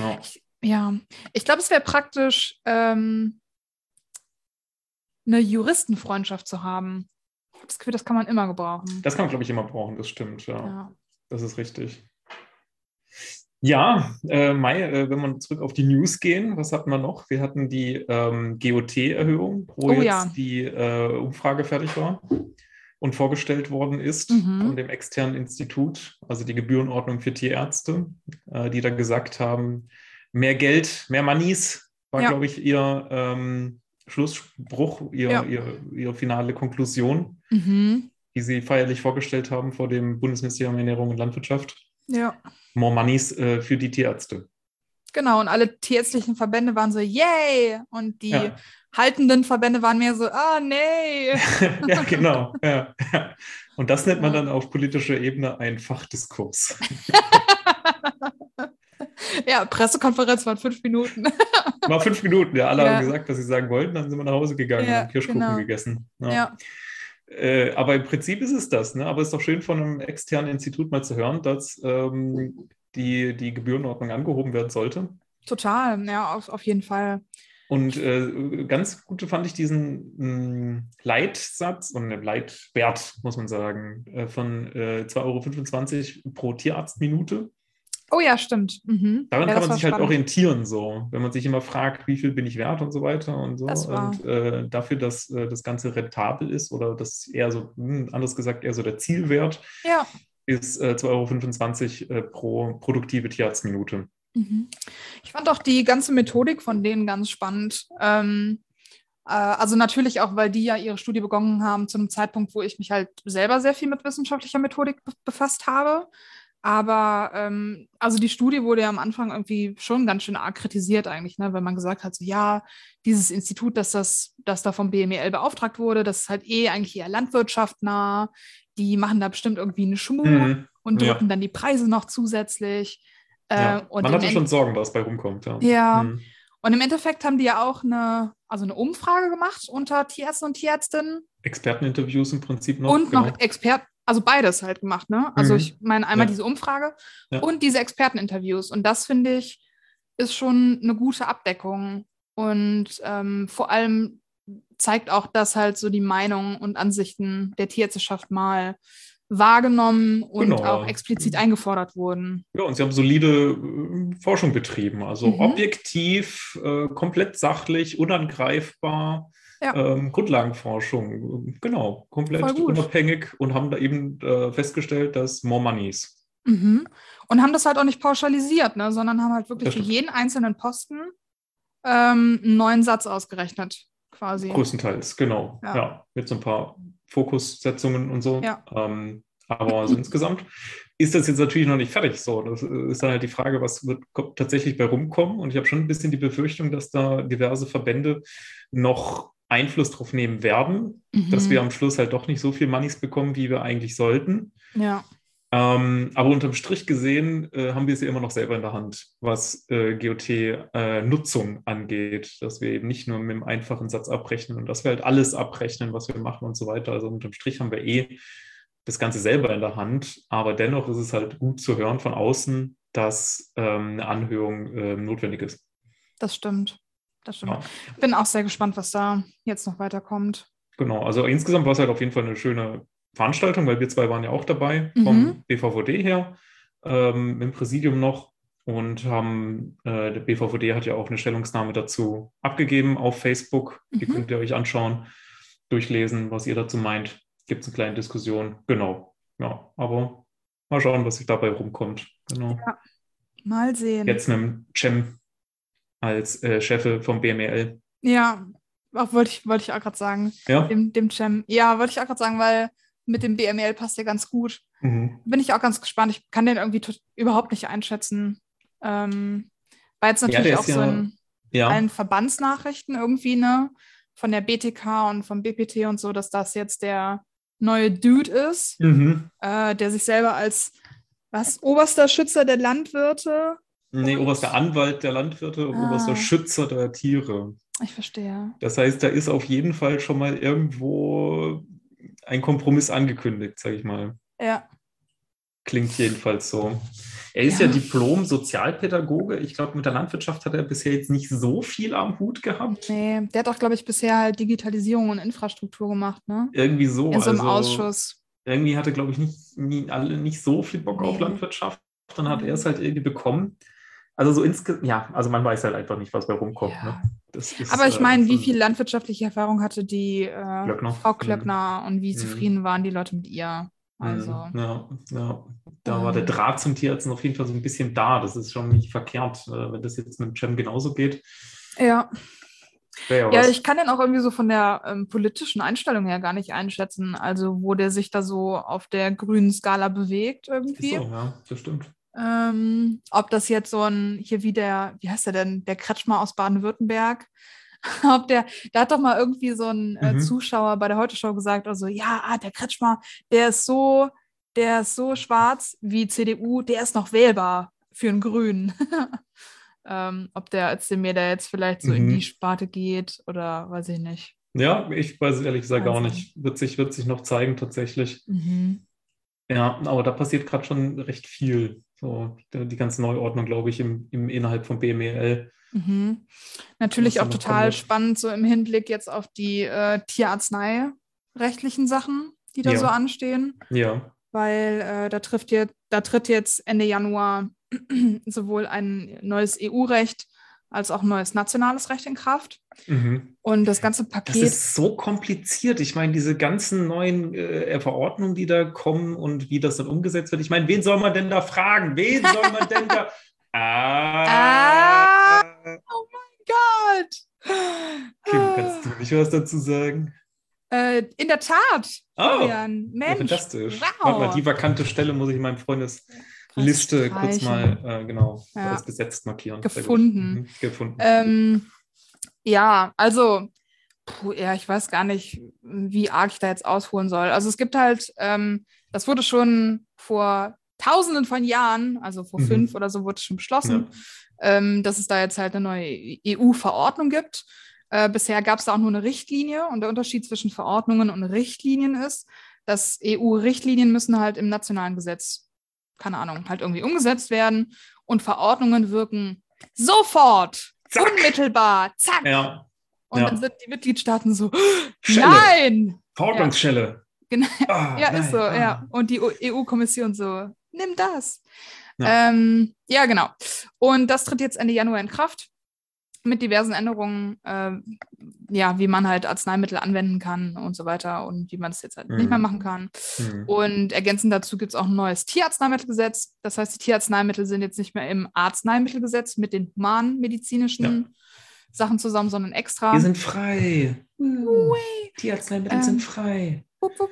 [SPEAKER 2] Ja.
[SPEAKER 1] Ja, ich glaube, es wäre praktisch, ähm, eine Juristenfreundschaft zu haben. Ich habe das Gefühl, das kann man immer gebrauchen.
[SPEAKER 2] Das kann man, glaube ich, immer brauchen, das stimmt, ja.
[SPEAKER 1] ja.
[SPEAKER 2] Das ist richtig. Ja, äh, Mai, äh, wenn wir zurück auf die News gehen, was hatten wir noch? Wir hatten die ähm, GOT-Erhöhung, wo
[SPEAKER 1] Oh
[SPEAKER 2] jetzt
[SPEAKER 1] ja.
[SPEAKER 2] die äh, Umfrage fertig war und vorgestellt worden ist
[SPEAKER 1] Mhm.
[SPEAKER 2] von dem externen Institut, also die Gebührenordnung für Tierärzte, äh, die da gesagt haben, mehr Geld, mehr Monies war,
[SPEAKER 1] Ja.
[SPEAKER 2] glaube ich, ihr ähm, Schlussspruch, ihr,
[SPEAKER 1] Ja.
[SPEAKER 2] ihr, ihre finale Konklusion
[SPEAKER 1] Mhm.
[SPEAKER 2] die sie feierlich vorgestellt haben vor dem Bundesministerium Ernährung und Landwirtschaft.
[SPEAKER 1] ja,
[SPEAKER 2] More Moneys äh, für die Tierärzte.
[SPEAKER 1] genau. Und alle tierärztlichen Verbände waren so, yay! Und die
[SPEAKER 2] Ja.
[SPEAKER 1] haltenden Verbände waren mehr so, ah, nee.
[SPEAKER 2] ja, genau. Ja. Und das nennt man
[SPEAKER 1] Ja.
[SPEAKER 2] dann auf politischer Ebene einen Fachdiskurs.
[SPEAKER 1] ja, Pressekonferenz waren fünf Minuten.
[SPEAKER 2] War fünf Minuten, ja. Alle
[SPEAKER 1] Ja.
[SPEAKER 2] haben gesagt, was sie sagen wollten, dann sind wir nach Hause gegangen
[SPEAKER 1] Ja,
[SPEAKER 2] und haben Kirschkuchen
[SPEAKER 1] genau.
[SPEAKER 2] gegessen. Ja.
[SPEAKER 1] ja.
[SPEAKER 2] Äh, aber im Prinzip ist es das. Ne? Aber es ist doch schön, von einem externen Institut mal zu hören, dass ähm, die, die Gebührenordnung angehoben werden sollte.
[SPEAKER 1] Total, ja, auf, auf jeden Fall.
[SPEAKER 2] Und äh, ganz gut fand ich diesen mh, Leitsatz und Leitwert, muss man sagen, äh, von äh, 2,25 Euro pro Tierarztminute.
[SPEAKER 1] Oh ja, stimmt. Mhm.
[SPEAKER 2] Daran
[SPEAKER 1] ja, das
[SPEAKER 2] kann man
[SPEAKER 1] war
[SPEAKER 2] sich halt
[SPEAKER 1] spannend.
[SPEAKER 2] orientieren, so, wenn man sich immer fragt, wie viel bin ich wert und so weiter und so.
[SPEAKER 1] Das war-
[SPEAKER 2] Und äh, dafür, dass äh, das Ganze rentabel ist oder das eher so, mh, anders gesagt, eher so der Zielwert
[SPEAKER 1] Ja,
[SPEAKER 2] ist äh, 2,25 Euro äh, pro produktive Tierarztminute.
[SPEAKER 1] Mhm. Ich fand auch die ganze Methodik von denen ganz spannend. Ähm, äh, also natürlich auch, weil die ja ihre Studie begonnen haben zu einem Zeitpunkt, wo ich mich halt selber sehr viel mit wissenschaftlicher Methodik be befasst habe. Aber ähm, also die Studie wurde ja am Anfang irgendwie schon ganz schön arg kritisiert eigentlich, ne? weil man gesagt hat, so ja, dieses Institut, dass das, das da vom BMEL beauftragt wurde, das ist halt eh eigentlich eher landwirtschaftnah, die machen da bestimmt irgendwie eine Schmuh
[SPEAKER 2] Mhm.
[SPEAKER 1] und
[SPEAKER 2] Ja.
[SPEAKER 1] drücken dann die Preise noch zusätzlich. Äh,
[SPEAKER 2] Ja.
[SPEAKER 1] und
[SPEAKER 2] Man
[SPEAKER 1] im
[SPEAKER 2] hatte
[SPEAKER 1] End-
[SPEAKER 2] schon Sorgen, was bei rumkommt. Ja.
[SPEAKER 1] Ja.
[SPEAKER 2] Mhm.
[SPEAKER 1] Und im Endeffekt haben die ja auch eine, also eine Umfrage gemacht unter Tierärzten und Tierärztinnen
[SPEAKER 2] Experteninterviews im Prinzip noch.
[SPEAKER 1] und
[SPEAKER 2] genau.
[SPEAKER 1] noch Experten, also beides halt gemacht, ne? Also
[SPEAKER 2] Mhm.
[SPEAKER 1] ich meine einmal
[SPEAKER 2] Ja.
[SPEAKER 1] diese Umfrage
[SPEAKER 2] Ja.
[SPEAKER 1] und diese Experteninterviews. Und das finde ich, ist schon eine gute Abdeckung. Und ähm, vor allem zeigt auch, dass halt so die Meinungen und Ansichten der Tierärzteschaft mal wahrgenommen und
[SPEAKER 2] Genau,
[SPEAKER 1] auch
[SPEAKER 2] ja.
[SPEAKER 1] explizit eingefordert wurden.
[SPEAKER 2] Ja, und sie haben solide äh, Forschung betrieben, also
[SPEAKER 1] Mhm.
[SPEAKER 2] objektiv, äh, komplett sachlich, unangreifbar,
[SPEAKER 1] Ja.
[SPEAKER 2] ähm, Grundlagenforschung, äh, genau,
[SPEAKER 1] Voll
[SPEAKER 2] komplett
[SPEAKER 1] gut.
[SPEAKER 2] unabhängig und haben da eben äh, festgestellt, dass more money is.
[SPEAKER 1] Mhm. Und haben das halt auch nicht pauschalisiert, ne, sondern haben halt wirklich
[SPEAKER 2] Das
[SPEAKER 1] für
[SPEAKER 2] stimmt.
[SPEAKER 1] jeden einzelnen Posten ähm, einen neuen Satz ausgerechnet, quasi.
[SPEAKER 2] Größtenteils, genau.
[SPEAKER 1] Ja.
[SPEAKER 2] Ja. mit so ein paar Fokussetzungen und so.
[SPEAKER 1] Ja.
[SPEAKER 2] Ähm, aber also insgesamt ist das jetzt natürlich noch nicht fertig. So, das ist dann halt die Frage, was wird ko- tatsächlich bei rumkommen? Und ich habe schon ein bisschen die Befürchtung, dass da diverse Verbände noch Einfluss drauf nehmen werden,
[SPEAKER 1] Mhm.
[SPEAKER 2] dass wir am Schluss halt doch nicht so viel Moneys bekommen, wie wir eigentlich sollten.
[SPEAKER 1] ja.
[SPEAKER 2] Ähm, aber unterm Strich gesehen äh, haben wir es ja immer noch selber in der Hand, was äh, GOT-Nutzung äh, angeht, dass wir eben nicht nur mit einem einfachen Satz abrechnen und dass wir halt alles abrechnen, was wir machen und so weiter. Also unterm Strich haben wir eh das Ganze selber in der Hand, aber dennoch ist es halt gut zu hören von außen, dass ähm, eine Anhörung äh, notwendig ist.
[SPEAKER 1] Das stimmt. Das stimmt.
[SPEAKER 2] Ja.
[SPEAKER 1] Bin auch sehr gespannt, was da jetzt noch weiterkommt.
[SPEAKER 2] Genau, also insgesamt war es halt auf jeden Fall eine schöne Veranstaltung, weil wir zwei waren ja auch dabei
[SPEAKER 1] Mhm.
[SPEAKER 2] vom BVVD her, ähm, im Präsidium noch und haben, äh, der BVVD hat ja auch eine Stellungnahme dazu abgegeben auf Facebook. Die
[SPEAKER 1] Mhm.
[SPEAKER 2] könnt ihr euch anschauen, durchlesen, was ihr dazu meint. Gibt es eine kleine Diskussion. Genau, ja, aber mal schauen, was sich dabei rumkommt. Genau.
[SPEAKER 1] Mal sehen.
[SPEAKER 2] Jetzt einem Cem als äh, Chef vom BMEL.
[SPEAKER 1] Ja, auch wollte ich, wollte ich auch gerade sagen,
[SPEAKER 2] Ja,
[SPEAKER 1] dem, dem Cem. Ja, wollte ich auch gerade sagen, weil mit dem BML passt ja ganz gut.
[SPEAKER 2] mhm.
[SPEAKER 1] Bin ich auch ganz gespannt. Ich kann den irgendwie tot- überhaupt nicht einschätzen. Ähm, war jetzt
[SPEAKER 2] Ja, der
[SPEAKER 1] natürlich
[SPEAKER 2] ist
[SPEAKER 1] auch so
[SPEAKER 2] ja-
[SPEAKER 1] ein
[SPEAKER 2] ja.
[SPEAKER 1] allen Verbandsnachrichten irgendwie, ne? Von der BTK und vom BPT und so, dass das jetzt der neue Dude ist,
[SPEAKER 2] Mhm.
[SPEAKER 1] äh, der sich selber als was, oberster Schützer der Landwirte.
[SPEAKER 2] Nee,
[SPEAKER 1] Und-
[SPEAKER 2] oberster Anwalt der Landwirte und
[SPEAKER 1] Ah.
[SPEAKER 2] oberster Schützer der Tiere.
[SPEAKER 1] Ich verstehe.
[SPEAKER 2] Das heißt, da ist auf jeden Fall schon mal irgendwo ein Kompromiss angekündigt, sage ich mal.
[SPEAKER 1] Ja.
[SPEAKER 2] Klingt jedenfalls so. Er ist
[SPEAKER 1] Ja.
[SPEAKER 2] ja, Diplom-Sozialpädagoge. Ich glaube, mit der Landwirtschaft hat er bisher jetzt nicht so viel am Hut gehabt.
[SPEAKER 1] Nee, der hat auch, glaube ich, bisher halt Digitalisierung und Infrastruktur gemacht, ne?
[SPEAKER 2] Irgendwie so.
[SPEAKER 1] In so einem
[SPEAKER 2] also,
[SPEAKER 1] Ausschuss.
[SPEAKER 2] Irgendwie hatte, glaube ich, nicht, nie, alle nicht so viel Bock auf
[SPEAKER 1] Nee.
[SPEAKER 2] Landwirtschaft. Dann hat
[SPEAKER 1] Mhm.
[SPEAKER 2] er es halt irgendwie bekommen. Also so insgesamt, ja, also man weiß halt einfach nicht, was bei rumkommt.
[SPEAKER 1] Ja.
[SPEAKER 2] Ne? Das ist,
[SPEAKER 1] Aber ich meine, wie
[SPEAKER 2] schon-
[SPEAKER 1] viel landwirtschaftliche Erfahrung hatte die äh,
[SPEAKER 2] Klöckner.
[SPEAKER 1] Frau Klöckner und wie
[SPEAKER 2] Mhm.
[SPEAKER 1] zufrieden waren die Leute mit ihr? Also,
[SPEAKER 2] Mhm, Ja, ja. Da
[SPEAKER 1] Ähm.
[SPEAKER 2] war der Draht zum Tierarzt auf jeden Fall so ein bisschen da. Das ist schon nicht verkehrt, äh, wenn das jetzt mit dem Cem genauso geht.
[SPEAKER 1] ja.
[SPEAKER 2] Wäre
[SPEAKER 1] Ja,
[SPEAKER 2] was.
[SPEAKER 1] ich kann den auch irgendwie so von der ähm, politischen Einstellung her gar nicht einschätzen, also wo der sich da so auf der grünen Skala bewegt
[SPEAKER 2] Ist so,
[SPEAKER 1] irgendwie.
[SPEAKER 2] ja, das stimmt.
[SPEAKER 1] Ähm, ob das jetzt so ein, hier wie der, wie heißt der denn, der Kretschmer aus Baden-Württemberg, ob der, da hat doch mal irgendwie so ein äh,
[SPEAKER 2] Mhm.
[SPEAKER 1] Zuschauer bei der Heute-Show gesagt, also ja, ah, der Kretschmer, der ist so, der ist so schwarz wie CDU, der ist noch wählbar für einen Grünen. ähm, ob der als mir da jetzt vielleicht so in
[SPEAKER 2] Mhm.
[SPEAKER 1] die Sparte geht oder weiß ich nicht.
[SPEAKER 2] Ja, ich weiß es ehrlich gesagt auch
[SPEAKER 1] Wahnsinn.
[SPEAKER 2] nicht. Wird sich, wird sich noch zeigen, tatsächlich.
[SPEAKER 1] Mhm.
[SPEAKER 2] Ja, aber da passiert gerade schon recht viel. So, die die ganze Neuordnung, glaube ich, im, im innerhalb von E BMEL.
[SPEAKER 1] Mhm. Natürlich
[SPEAKER 2] Was
[SPEAKER 1] auch
[SPEAKER 2] da noch
[SPEAKER 1] total
[SPEAKER 2] kommt.
[SPEAKER 1] spannend, so im Hinblick jetzt auf die äh, tierarzneirechtlichen Sachen, die da
[SPEAKER 2] Ja.
[SPEAKER 1] so anstehen,
[SPEAKER 2] Ja.
[SPEAKER 1] weil äh, da, trifft jetzt, da tritt jetzt Ende Januar sowohl ein neues EU-Recht als auch ein neues nationales Recht in Kraft.
[SPEAKER 2] Mhm.
[SPEAKER 1] Und das ganze
[SPEAKER 2] Das
[SPEAKER 1] Paket.
[SPEAKER 2] ist so kompliziert. Ich meine, diese ganzen neuen äh, Verordnungen, die da kommen und wie das dann umgesetzt wird. Ich meine, wen soll man denn da fragen? Wen soll man denn da? Ah.
[SPEAKER 1] Gott!
[SPEAKER 2] Kim, kannst du nicht was dazu sagen?
[SPEAKER 1] Äh, in der Tat,
[SPEAKER 2] Oh, ja,
[SPEAKER 1] Florian. Mensch.
[SPEAKER 2] fantastisch.
[SPEAKER 1] wow.
[SPEAKER 2] Warte mal, die vakante Stelle muss ich in meiner Freundesliste kurz mal, äh, genau,
[SPEAKER 1] Ja.
[SPEAKER 2] als besetzt markieren. Sehr gut.
[SPEAKER 1] Gefunden.
[SPEAKER 2] Mhm, gefunden.
[SPEAKER 1] Ähm, ja, also, puh, ja, ich weiß gar nicht, wie arg ich da jetzt ausholen soll. Also es gibt halt, ähm, das wurde schon vor tausenden von Jahren, also vor
[SPEAKER 2] Mhm.
[SPEAKER 1] fünf oder so, wurde es schon beschlossen,
[SPEAKER 2] Ja.
[SPEAKER 1] ähm, dass es da jetzt halt eine neue EU-Verordnung gibt. Äh, bisher gab es da auch nur eine Richtlinie und der Unterschied zwischen Verordnungen und Richtlinien ist, dass EU-Richtlinien müssen halt im nationalen Gesetz, keine Ahnung, halt irgendwie umgesetzt werden und Verordnungen wirken sofort,
[SPEAKER 2] Zack.
[SPEAKER 1] unmittelbar, zack.
[SPEAKER 2] Ja,
[SPEAKER 1] Und
[SPEAKER 2] ja.
[SPEAKER 1] dann sind die Mitgliedstaaten so,
[SPEAKER 2] Schelle.
[SPEAKER 1] nein!
[SPEAKER 2] Verordnungsschelle.
[SPEAKER 1] Genau.
[SPEAKER 2] Ah,
[SPEAKER 1] ja,
[SPEAKER 2] nein,
[SPEAKER 1] ist so,
[SPEAKER 2] ah.
[SPEAKER 1] ja. Und die E EU-Kommission so, nimm das.
[SPEAKER 2] Ja.
[SPEAKER 1] Ja. Ähm, ja, genau. Und das tritt jetzt Ende Januar in Kraft mit diversen Änderungen, ähm, ja, wie man halt Arzneimittel anwenden kann und so weiter und wie man es jetzt halt
[SPEAKER 2] Mhm.
[SPEAKER 1] nicht mehr machen kann.
[SPEAKER 2] Hm.
[SPEAKER 1] Und ergänzend dazu gibt es auch ein neues Tierarzneimittelgesetz. Das heißt, die Tierarzneimittel sind jetzt nicht mehr im Arzneimittelgesetz mit den humanmedizinischen Sachen zusammen, sondern extra.
[SPEAKER 2] Wir sind frei. Uh, die Arzneimittel
[SPEAKER 1] Ah. Ähm.
[SPEAKER 2] sind frei.
[SPEAKER 1] Wupp, wupp.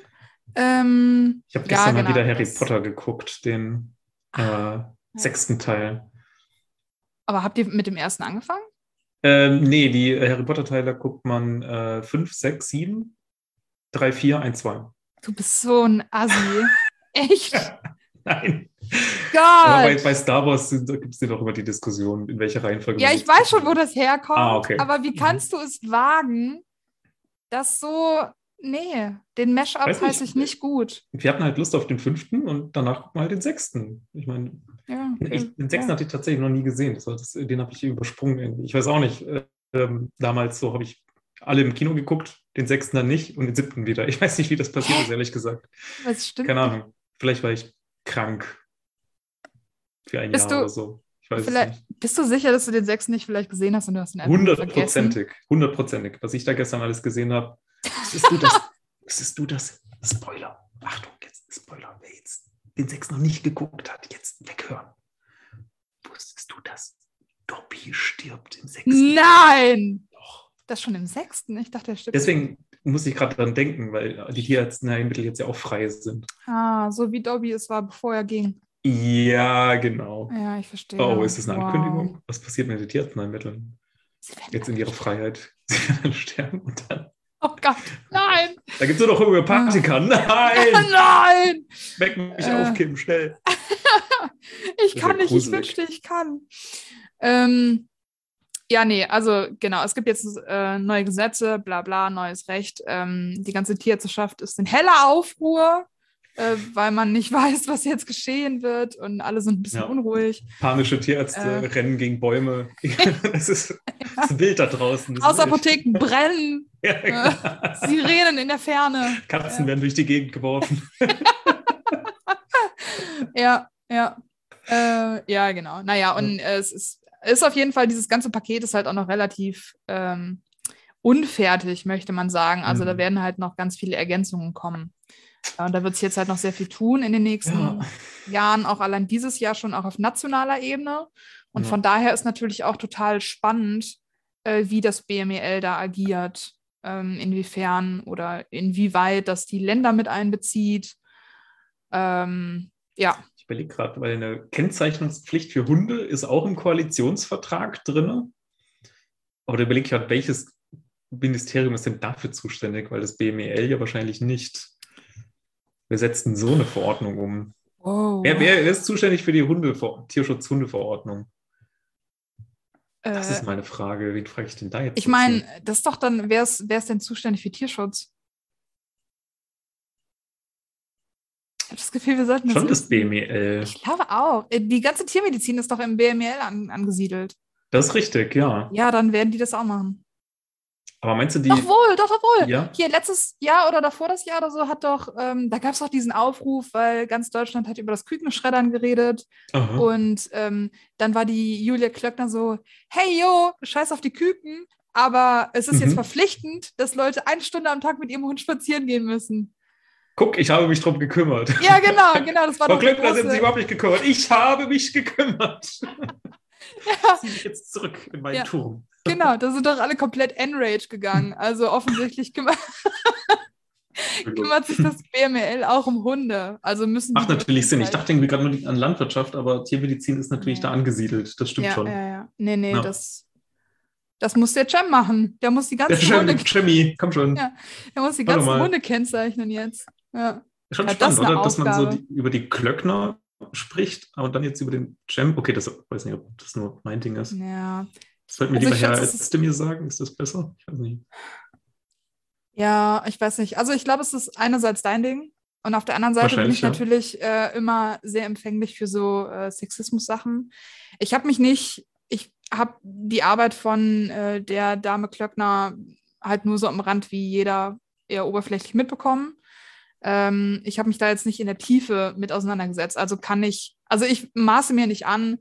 [SPEAKER 1] Ähm,
[SPEAKER 2] Ich habe
[SPEAKER 1] Ja,
[SPEAKER 2] gestern mal
[SPEAKER 1] genau,
[SPEAKER 2] wieder Harry
[SPEAKER 1] das- Ah,
[SPEAKER 2] Potter geguckt, den äh, sechsten Teil.
[SPEAKER 1] aber habt ihr mit dem ersten angefangen?
[SPEAKER 2] Ähm, nee, die Harry Potter-Teile guckt man äh, 5, 6, 7, 3, 4, 1, 2.
[SPEAKER 1] Du bist so ein Assi. Echt?
[SPEAKER 2] Nein. Aber bei,
[SPEAKER 1] Gott!
[SPEAKER 2] bei Star Wars gibt es ja doch immer die Diskussion, in welcher Reihenfolge.
[SPEAKER 1] Ja,
[SPEAKER 2] man
[SPEAKER 1] ich
[SPEAKER 2] das
[SPEAKER 1] weiß schon, wo
[SPEAKER 2] guckt.
[SPEAKER 1] das herkommt,
[SPEAKER 2] Ah, okay.
[SPEAKER 1] aber wie kannst du es wagen, das so. Nee, den Mashup
[SPEAKER 2] Weiß
[SPEAKER 1] heiße
[SPEAKER 2] nicht.
[SPEAKER 1] ich nicht gut.
[SPEAKER 2] Wir hatten halt Lust auf den fünften und danach gucken wir halt den sechsten. Ich meine,
[SPEAKER 1] Ja, äh,
[SPEAKER 2] ich, den
[SPEAKER 1] Mhm. ja.
[SPEAKER 2] sechsten hatte ich tatsächlich noch nie gesehen. Das war das, den habe ich übersprungen. irgendwie. Ich weiß auch nicht. äh, Ähm, damals so habe ich alle im Kino geguckt, den sechsten dann nicht und den siebten wieder. Ich weiß nicht, wie das passiert ist, ehrlich gesagt.
[SPEAKER 1] Was stimmt?
[SPEAKER 2] Keine Ahnung. Vielleicht war ich krank. Für ein
[SPEAKER 1] Bist
[SPEAKER 2] Jahr
[SPEAKER 1] du-
[SPEAKER 2] oder so. Ich weiß es
[SPEAKER 1] vielleicht-
[SPEAKER 2] nicht.
[SPEAKER 1] Bist du sicher, dass du den sechsten nicht vielleicht gesehen hast und du hast ihn einfach nur vergessen?
[SPEAKER 2] Hundertprozentig, hundertprozentig. Was ich da gestern alles gesehen habe, das ist du das, das ist du das. Spoiler. Achtung, jetzt Spoiler. Wer jetzt den Sex noch nicht geguckt hat, jetzt weghören. Wusstest du das? Dobby stirbt im sechsten
[SPEAKER 1] Nein!
[SPEAKER 2] Loch.
[SPEAKER 1] Das schon im sechsten? Ich dachte, der stirbt.
[SPEAKER 2] Deswegen muss ich gerade dran denken, weil die Tierarzneimittel jetzt ja auch frei sind.
[SPEAKER 1] Ah, so wie Dobby es war, bevor er ging.
[SPEAKER 2] Ja, genau.
[SPEAKER 1] Ja, ich verstehe.
[SPEAKER 2] Oh, ist das eine
[SPEAKER 1] Wow.
[SPEAKER 2] Ankündigung? Was passiert mit den Tierarzneimitteln?
[SPEAKER 1] Sie werden
[SPEAKER 2] Jetzt in ihrer Freiheit. Sie werden sterben und dann.
[SPEAKER 1] Oh Gott, nein!
[SPEAKER 2] Da gibt es nur noch irgendeine Praktika. Nein!
[SPEAKER 1] Nein!
[SPEAKER 2] Weck mich
[SPEAKER 1] Ah. Äh.
[SPEAKER 2] auf, Kim, schnell.
[SPEAKER 1] Ich kann
[SPEAKER 2] Das ist ja
[SPEAKER 1] nicht, ich
[SPEAKER 2] gruselig.
[SPEAKER 1] wünschte, ich kann. Ähm, ja, nee, also genau, es gibt jetzt äh, neue Gesetze, bla bla, neues Recht. Ähm, die ganze Tierärzteschaft ist in heller Aufruhr, äh, weil man nicht weiß, was jetzt geschehen wird und alle sind ein bisschen
[SPEAKER 2] Ja.
[SPEAKER 1] unruhig.
[SPEAKER 2] Panische Tierärzte
[SPEAKER 1] Äh.
[SPEAKER 2] rennen gegen Bäume. Es ist, es ist wild da draußen. Das ist
[SPEAKER 1] Aus
[SPEAKER 2] echt-
[SPEAKER 1] Apotheken brennen,
[SPEAKER 2] Ja, genau.
[SPEAKER 1] Sirenen in der Ferne.
[SPEAKER 2] Katzen werden durch die Gegend geworfen.
[SPEAKER 1] Ja, ja. Äh, ja, genau. Naja, und äh, es ist, ist auf jeden Fall, dieses ganze Paket ist halt auch noch relativ ähm, unfertig, möchte man sagen. Also
[SPEAKER 2] Mhm.
[SPEAKER 1] da werden halt noch ganz viele Ergänzungen kommen. Ja, und da wird sich jetzt halt noch sehr viel tun in den nächsten
[SPEAKER 2] Ja.
[SPEAKER 1] Jahren, auch allein dieses Jahr schon auch auf nationaler Ebene. Und
[SPEAKER 2] Ja.
[SPEAKER 1] von daher ist natürlich auch total spannend, äh, wie das BMEL da agiert, ähm, inwiefern oder inwieweit das die Länder mit einbezieht. Ähm, ja,
[SPEAKER 2] Ich überlege gerade, weil eine Kennzeichnungspflicht für Hunde ist auch im Koalitionsvertrag drin. Aber da überlege ich gerade, welches Ministerium ist denn dafür zuständig, weil das BMEL ja wahrscheinlich nicht. Wir setzen so eine Verordnung um.
[SPEAKER 1] Wow.
[SPEAKER 2] Wer, wer ist zuständig für die Hunde, Tierschutz-Hunde-Verordnung? Das
[SPEAKER 1] äh,
[SPEAKER 2] ist ne? meine Frage. Wen frage ich denn da jetzt?
[SPEAKER 1] ich
[SPEAKER 2] dazu?
[SPEAKER 1] meine, das ist doch dann, wer ist, wer ist denn zuständig für Tierschutz? Ich habe das Gefühl, wir sollten
[SPEAKER 2] schon das
[SPEAKER 1] das wissen.
[SPEAKER 2] BMEL.
[SPEAKER 1] Ich glaube auch. Äh, Die ganze Tiermedizin ist doch im BML an, angesiedelt.
[SPEAKER 2] Das ist richtig, ja.
[SPEAKER 1] Ja, dann werden die das auch machen.
[SPEAKER 2] Aber meinst du die?
[SPEAKER 1] Doch wohl, doch, doch wohl.
[SPEAKER 2] Ja.
[SPEAKER 1] Hier, letztes Jahr oder davor das Jahr oder so hat doch, ähm, da gab es doch diesen Aufruf, weil ganz Deutschland hat über das Kükenschreddern geredet.
[SPEAKER 2] Aha.
[SPEAKER 1] Und ähm, dann war die Julia Klöckner so, hey yo, scheiß auf die Küken, aber es ist
[SPEAKER 2] Mhm.
[SPEAKER 1] jetzt verpflichtend, dass Leute eine Stunde am Tag mit ihrem Hund spazieren gehen müssen.
[SPEAKER 2] Guck, ich habe mich drum gekümmert.
[SPEAKER 1] Ja, genau, genau, das war
[SPEAKER 2] Frau
[SPEAKER 1] doch der
[SPEAKER 2] Klöckner sind Sie
[SPEAKER 1] große,
[SPEAKER 2] überhaupt nicht gekümmert. Ich habe mich gekümmert. Zieh mich jetzt zurück in meinen
[SPEAKER 1] Ja.
[SPEAKER 2] Turm.
[SPEAKER 1] Genau, da sind doch alle komplett enrage
[SPEAKER 2] Hm.
[SPEAKER 1] gegangen. Also offensichtlich kümmer kümmert sich das BML auch um Hunde. Also müssen die
[SPEAKER 2] Macht natürlich Sinn. Ich
[SPEAKER 1] halt-
[SPEAKER 2] dachte irgendwie gerade nur an Landwirtschaft, aber Tiermedizin ist natürlich
[SPEAKER 1] Ja.
[SPEAKER 2] da angesiedelt. Das stimmt
[SPEAKER 1] ja,
[SPEAKER 2] schon.
[SPEAKER 1] Ja, ja. Nee, nee,
[SPEAKER 2] Ja.
[SPEAKER 1] das, das muss der Cem machen. Der muss die
[SPEAKER 2] Der
[SPEAKER 1] ganzen,
[SPEAKER 2] Jimmy,
[SPEAKER 1] Hunde,
[SPEAKER 2] Jimmy, komm schon.
[SPEAKER 1] Ja. der muss die
[SPEAKER 2] Warte
[SPEAKER 1] ganzen
[SPEAKER 2] mal.
[SPEAKER 1] Hunde kennzeichnen jetzt. Ja.
[SPEAKER 2] Ist Schon
[SPEAKER 1] Ja, das
[SPEAKER 2] spannend,
[SPEAKER 1] ist eine
[SPEAKER 2] oder? Dass man so
[SPEAKER 1] Aufgabe.
[SPEAKER 2] die, über die Klöckner spricht, aber dann jetzt über den Jam. Okay, das weiß nicht, ob das nur mein Ding ist.
[SPEAKER 1] ja.
[SPEAKER 2] Das sollten wir
[SPEAKER 1] Also
[SPEAKER 2] lieber
[SPEAKER 1] ich
[SPEAKER 2] Herr
[SPEAKER 1] schätze, es ist-
[SPEAKER 2] Ärzte mir sagen. Ist das besser? Ich weiß nicht.
[SPEAKER 1] Ja, ich weiß nicht. Also ich glaube, es ist einerseits dein Ding und auf der anderen Seite bin ich
[SPEAKER 2] Wahrscheinlich, ja.
[SPEAKER 1] natürlich äh, immer sehr empfänglich für so äh, Sexismus-Sachen. Ich habe mich nicht, ich habe die Arbeit von äh, der Dame Klöckner halt nur so am Rand wie jeder eher oberflächlich mitbekommen. Ähm, ich habe mich da jetzt nicht in der Tiefe mit auseinandergesetzt. Also kann ich, also ich maße mir nicht an,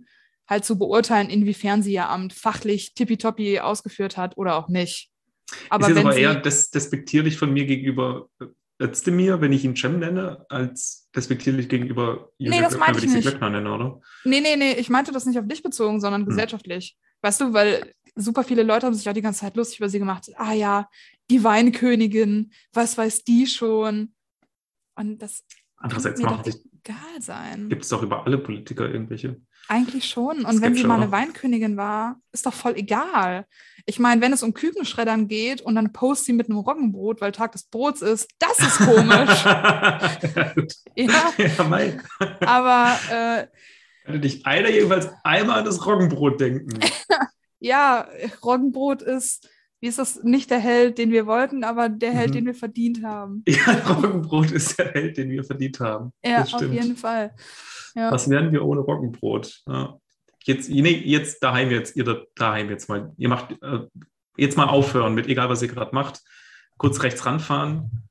[SPEAKER 1] halt zu beurteilen, inwiefern sie ihr Amt fachlich tippitoppi ausgeführt hat oder auch nicht.
[SPEAKER 2] ist jetzt
[SPEAKER 1] wenn
[SPEAKER 2] aber
[SPEAKER 1] sie-
[SPEAKER 2] eher des, despektierlich von mir gegenüber äh, Özdemir, wenn ich ihn Cem nenne, als despektierlich gegenüber Julia
[SPEAKER 1] das meine
[SPEAKER 2] wenn
[SPEAKER 1] ich
[SPEAKER 2] ich sie
[SPEAKER 1] nicht.
[SPEAKER 2] Klöckner nenne, oder?
[SPEAKER 1] Nee, nee, nee, ich meinte das nicht auf dich bezogen, sondern
[SPEAKER 2] Hm.
[SPEAKER 1] gesellschaftlich. Weißt du, weil super viele Leute haben sich ja die ganze Zeit lustig über sie gemacht. Ah ja, die Weinkönigin, was weiß die schon? Und das
[SPEAKER 2] Andererseits
[SPEAKER 1] Mir
[SPEAKER 2] machen
[SPEAKER 1] doch
[SPEAKER 2] sich,
[SPEAKER 1] egal sein.
[SPEAKER 2] gibt es doch über alle Politiker irgendwelche.
[SPEAKER 1] Eigentlich schon.
[SPEAKER 2] Es
[SPEAKER 1] Und wenn
[SPEAKER 2] gibt
[SPEAKER 1] sie
[SPEAKER 2] schon
[SPEAKER 1] mal eine
[SPEAKER 2] auch-
[SPEAKER 1] Weinkönigin war, ist doch voll egal. Ich meine, wenn es um Kükenschreddern geht und dann post sie mit einem Roggenbrot, weil Tag des Brots ist, das ist komisch. ja,
[SPEAKER 2] ja, mei.
[SPEAKER 1] aber äh,
[SPEAKER 2] Könnte dich einer jeweils einmal an das Roggenbrot denken.
[SPEAKER 1] ja, Roggenbrot ist, wie ist das, nicht der Held, den wir wollten, aber der Held,
[SPEAKER 2] Mhm.
[SPEAKER 1] den wir verdient haben.
[SPEAKER 2] Ja, Roggenbrot ist der Held, den wir verdient haben.
[SPEAKER 1] Ja,
[SPEAKER 2] Das
[SPEAKER 1] auf
[SPEAKER 2] stimmt.
[SPEAKER 1] jeden Fall. Ja.
[SPEAKER 2] Was wären wir ohne Roggenbrot? Ja. Jetzt, nee, jetzt daheim jetzt, ihr da- daheim jetzt mal. Ihr macht äh, jetzt mal aufhören mit, egal was ihr gerade macht, kurz rechts ranfahren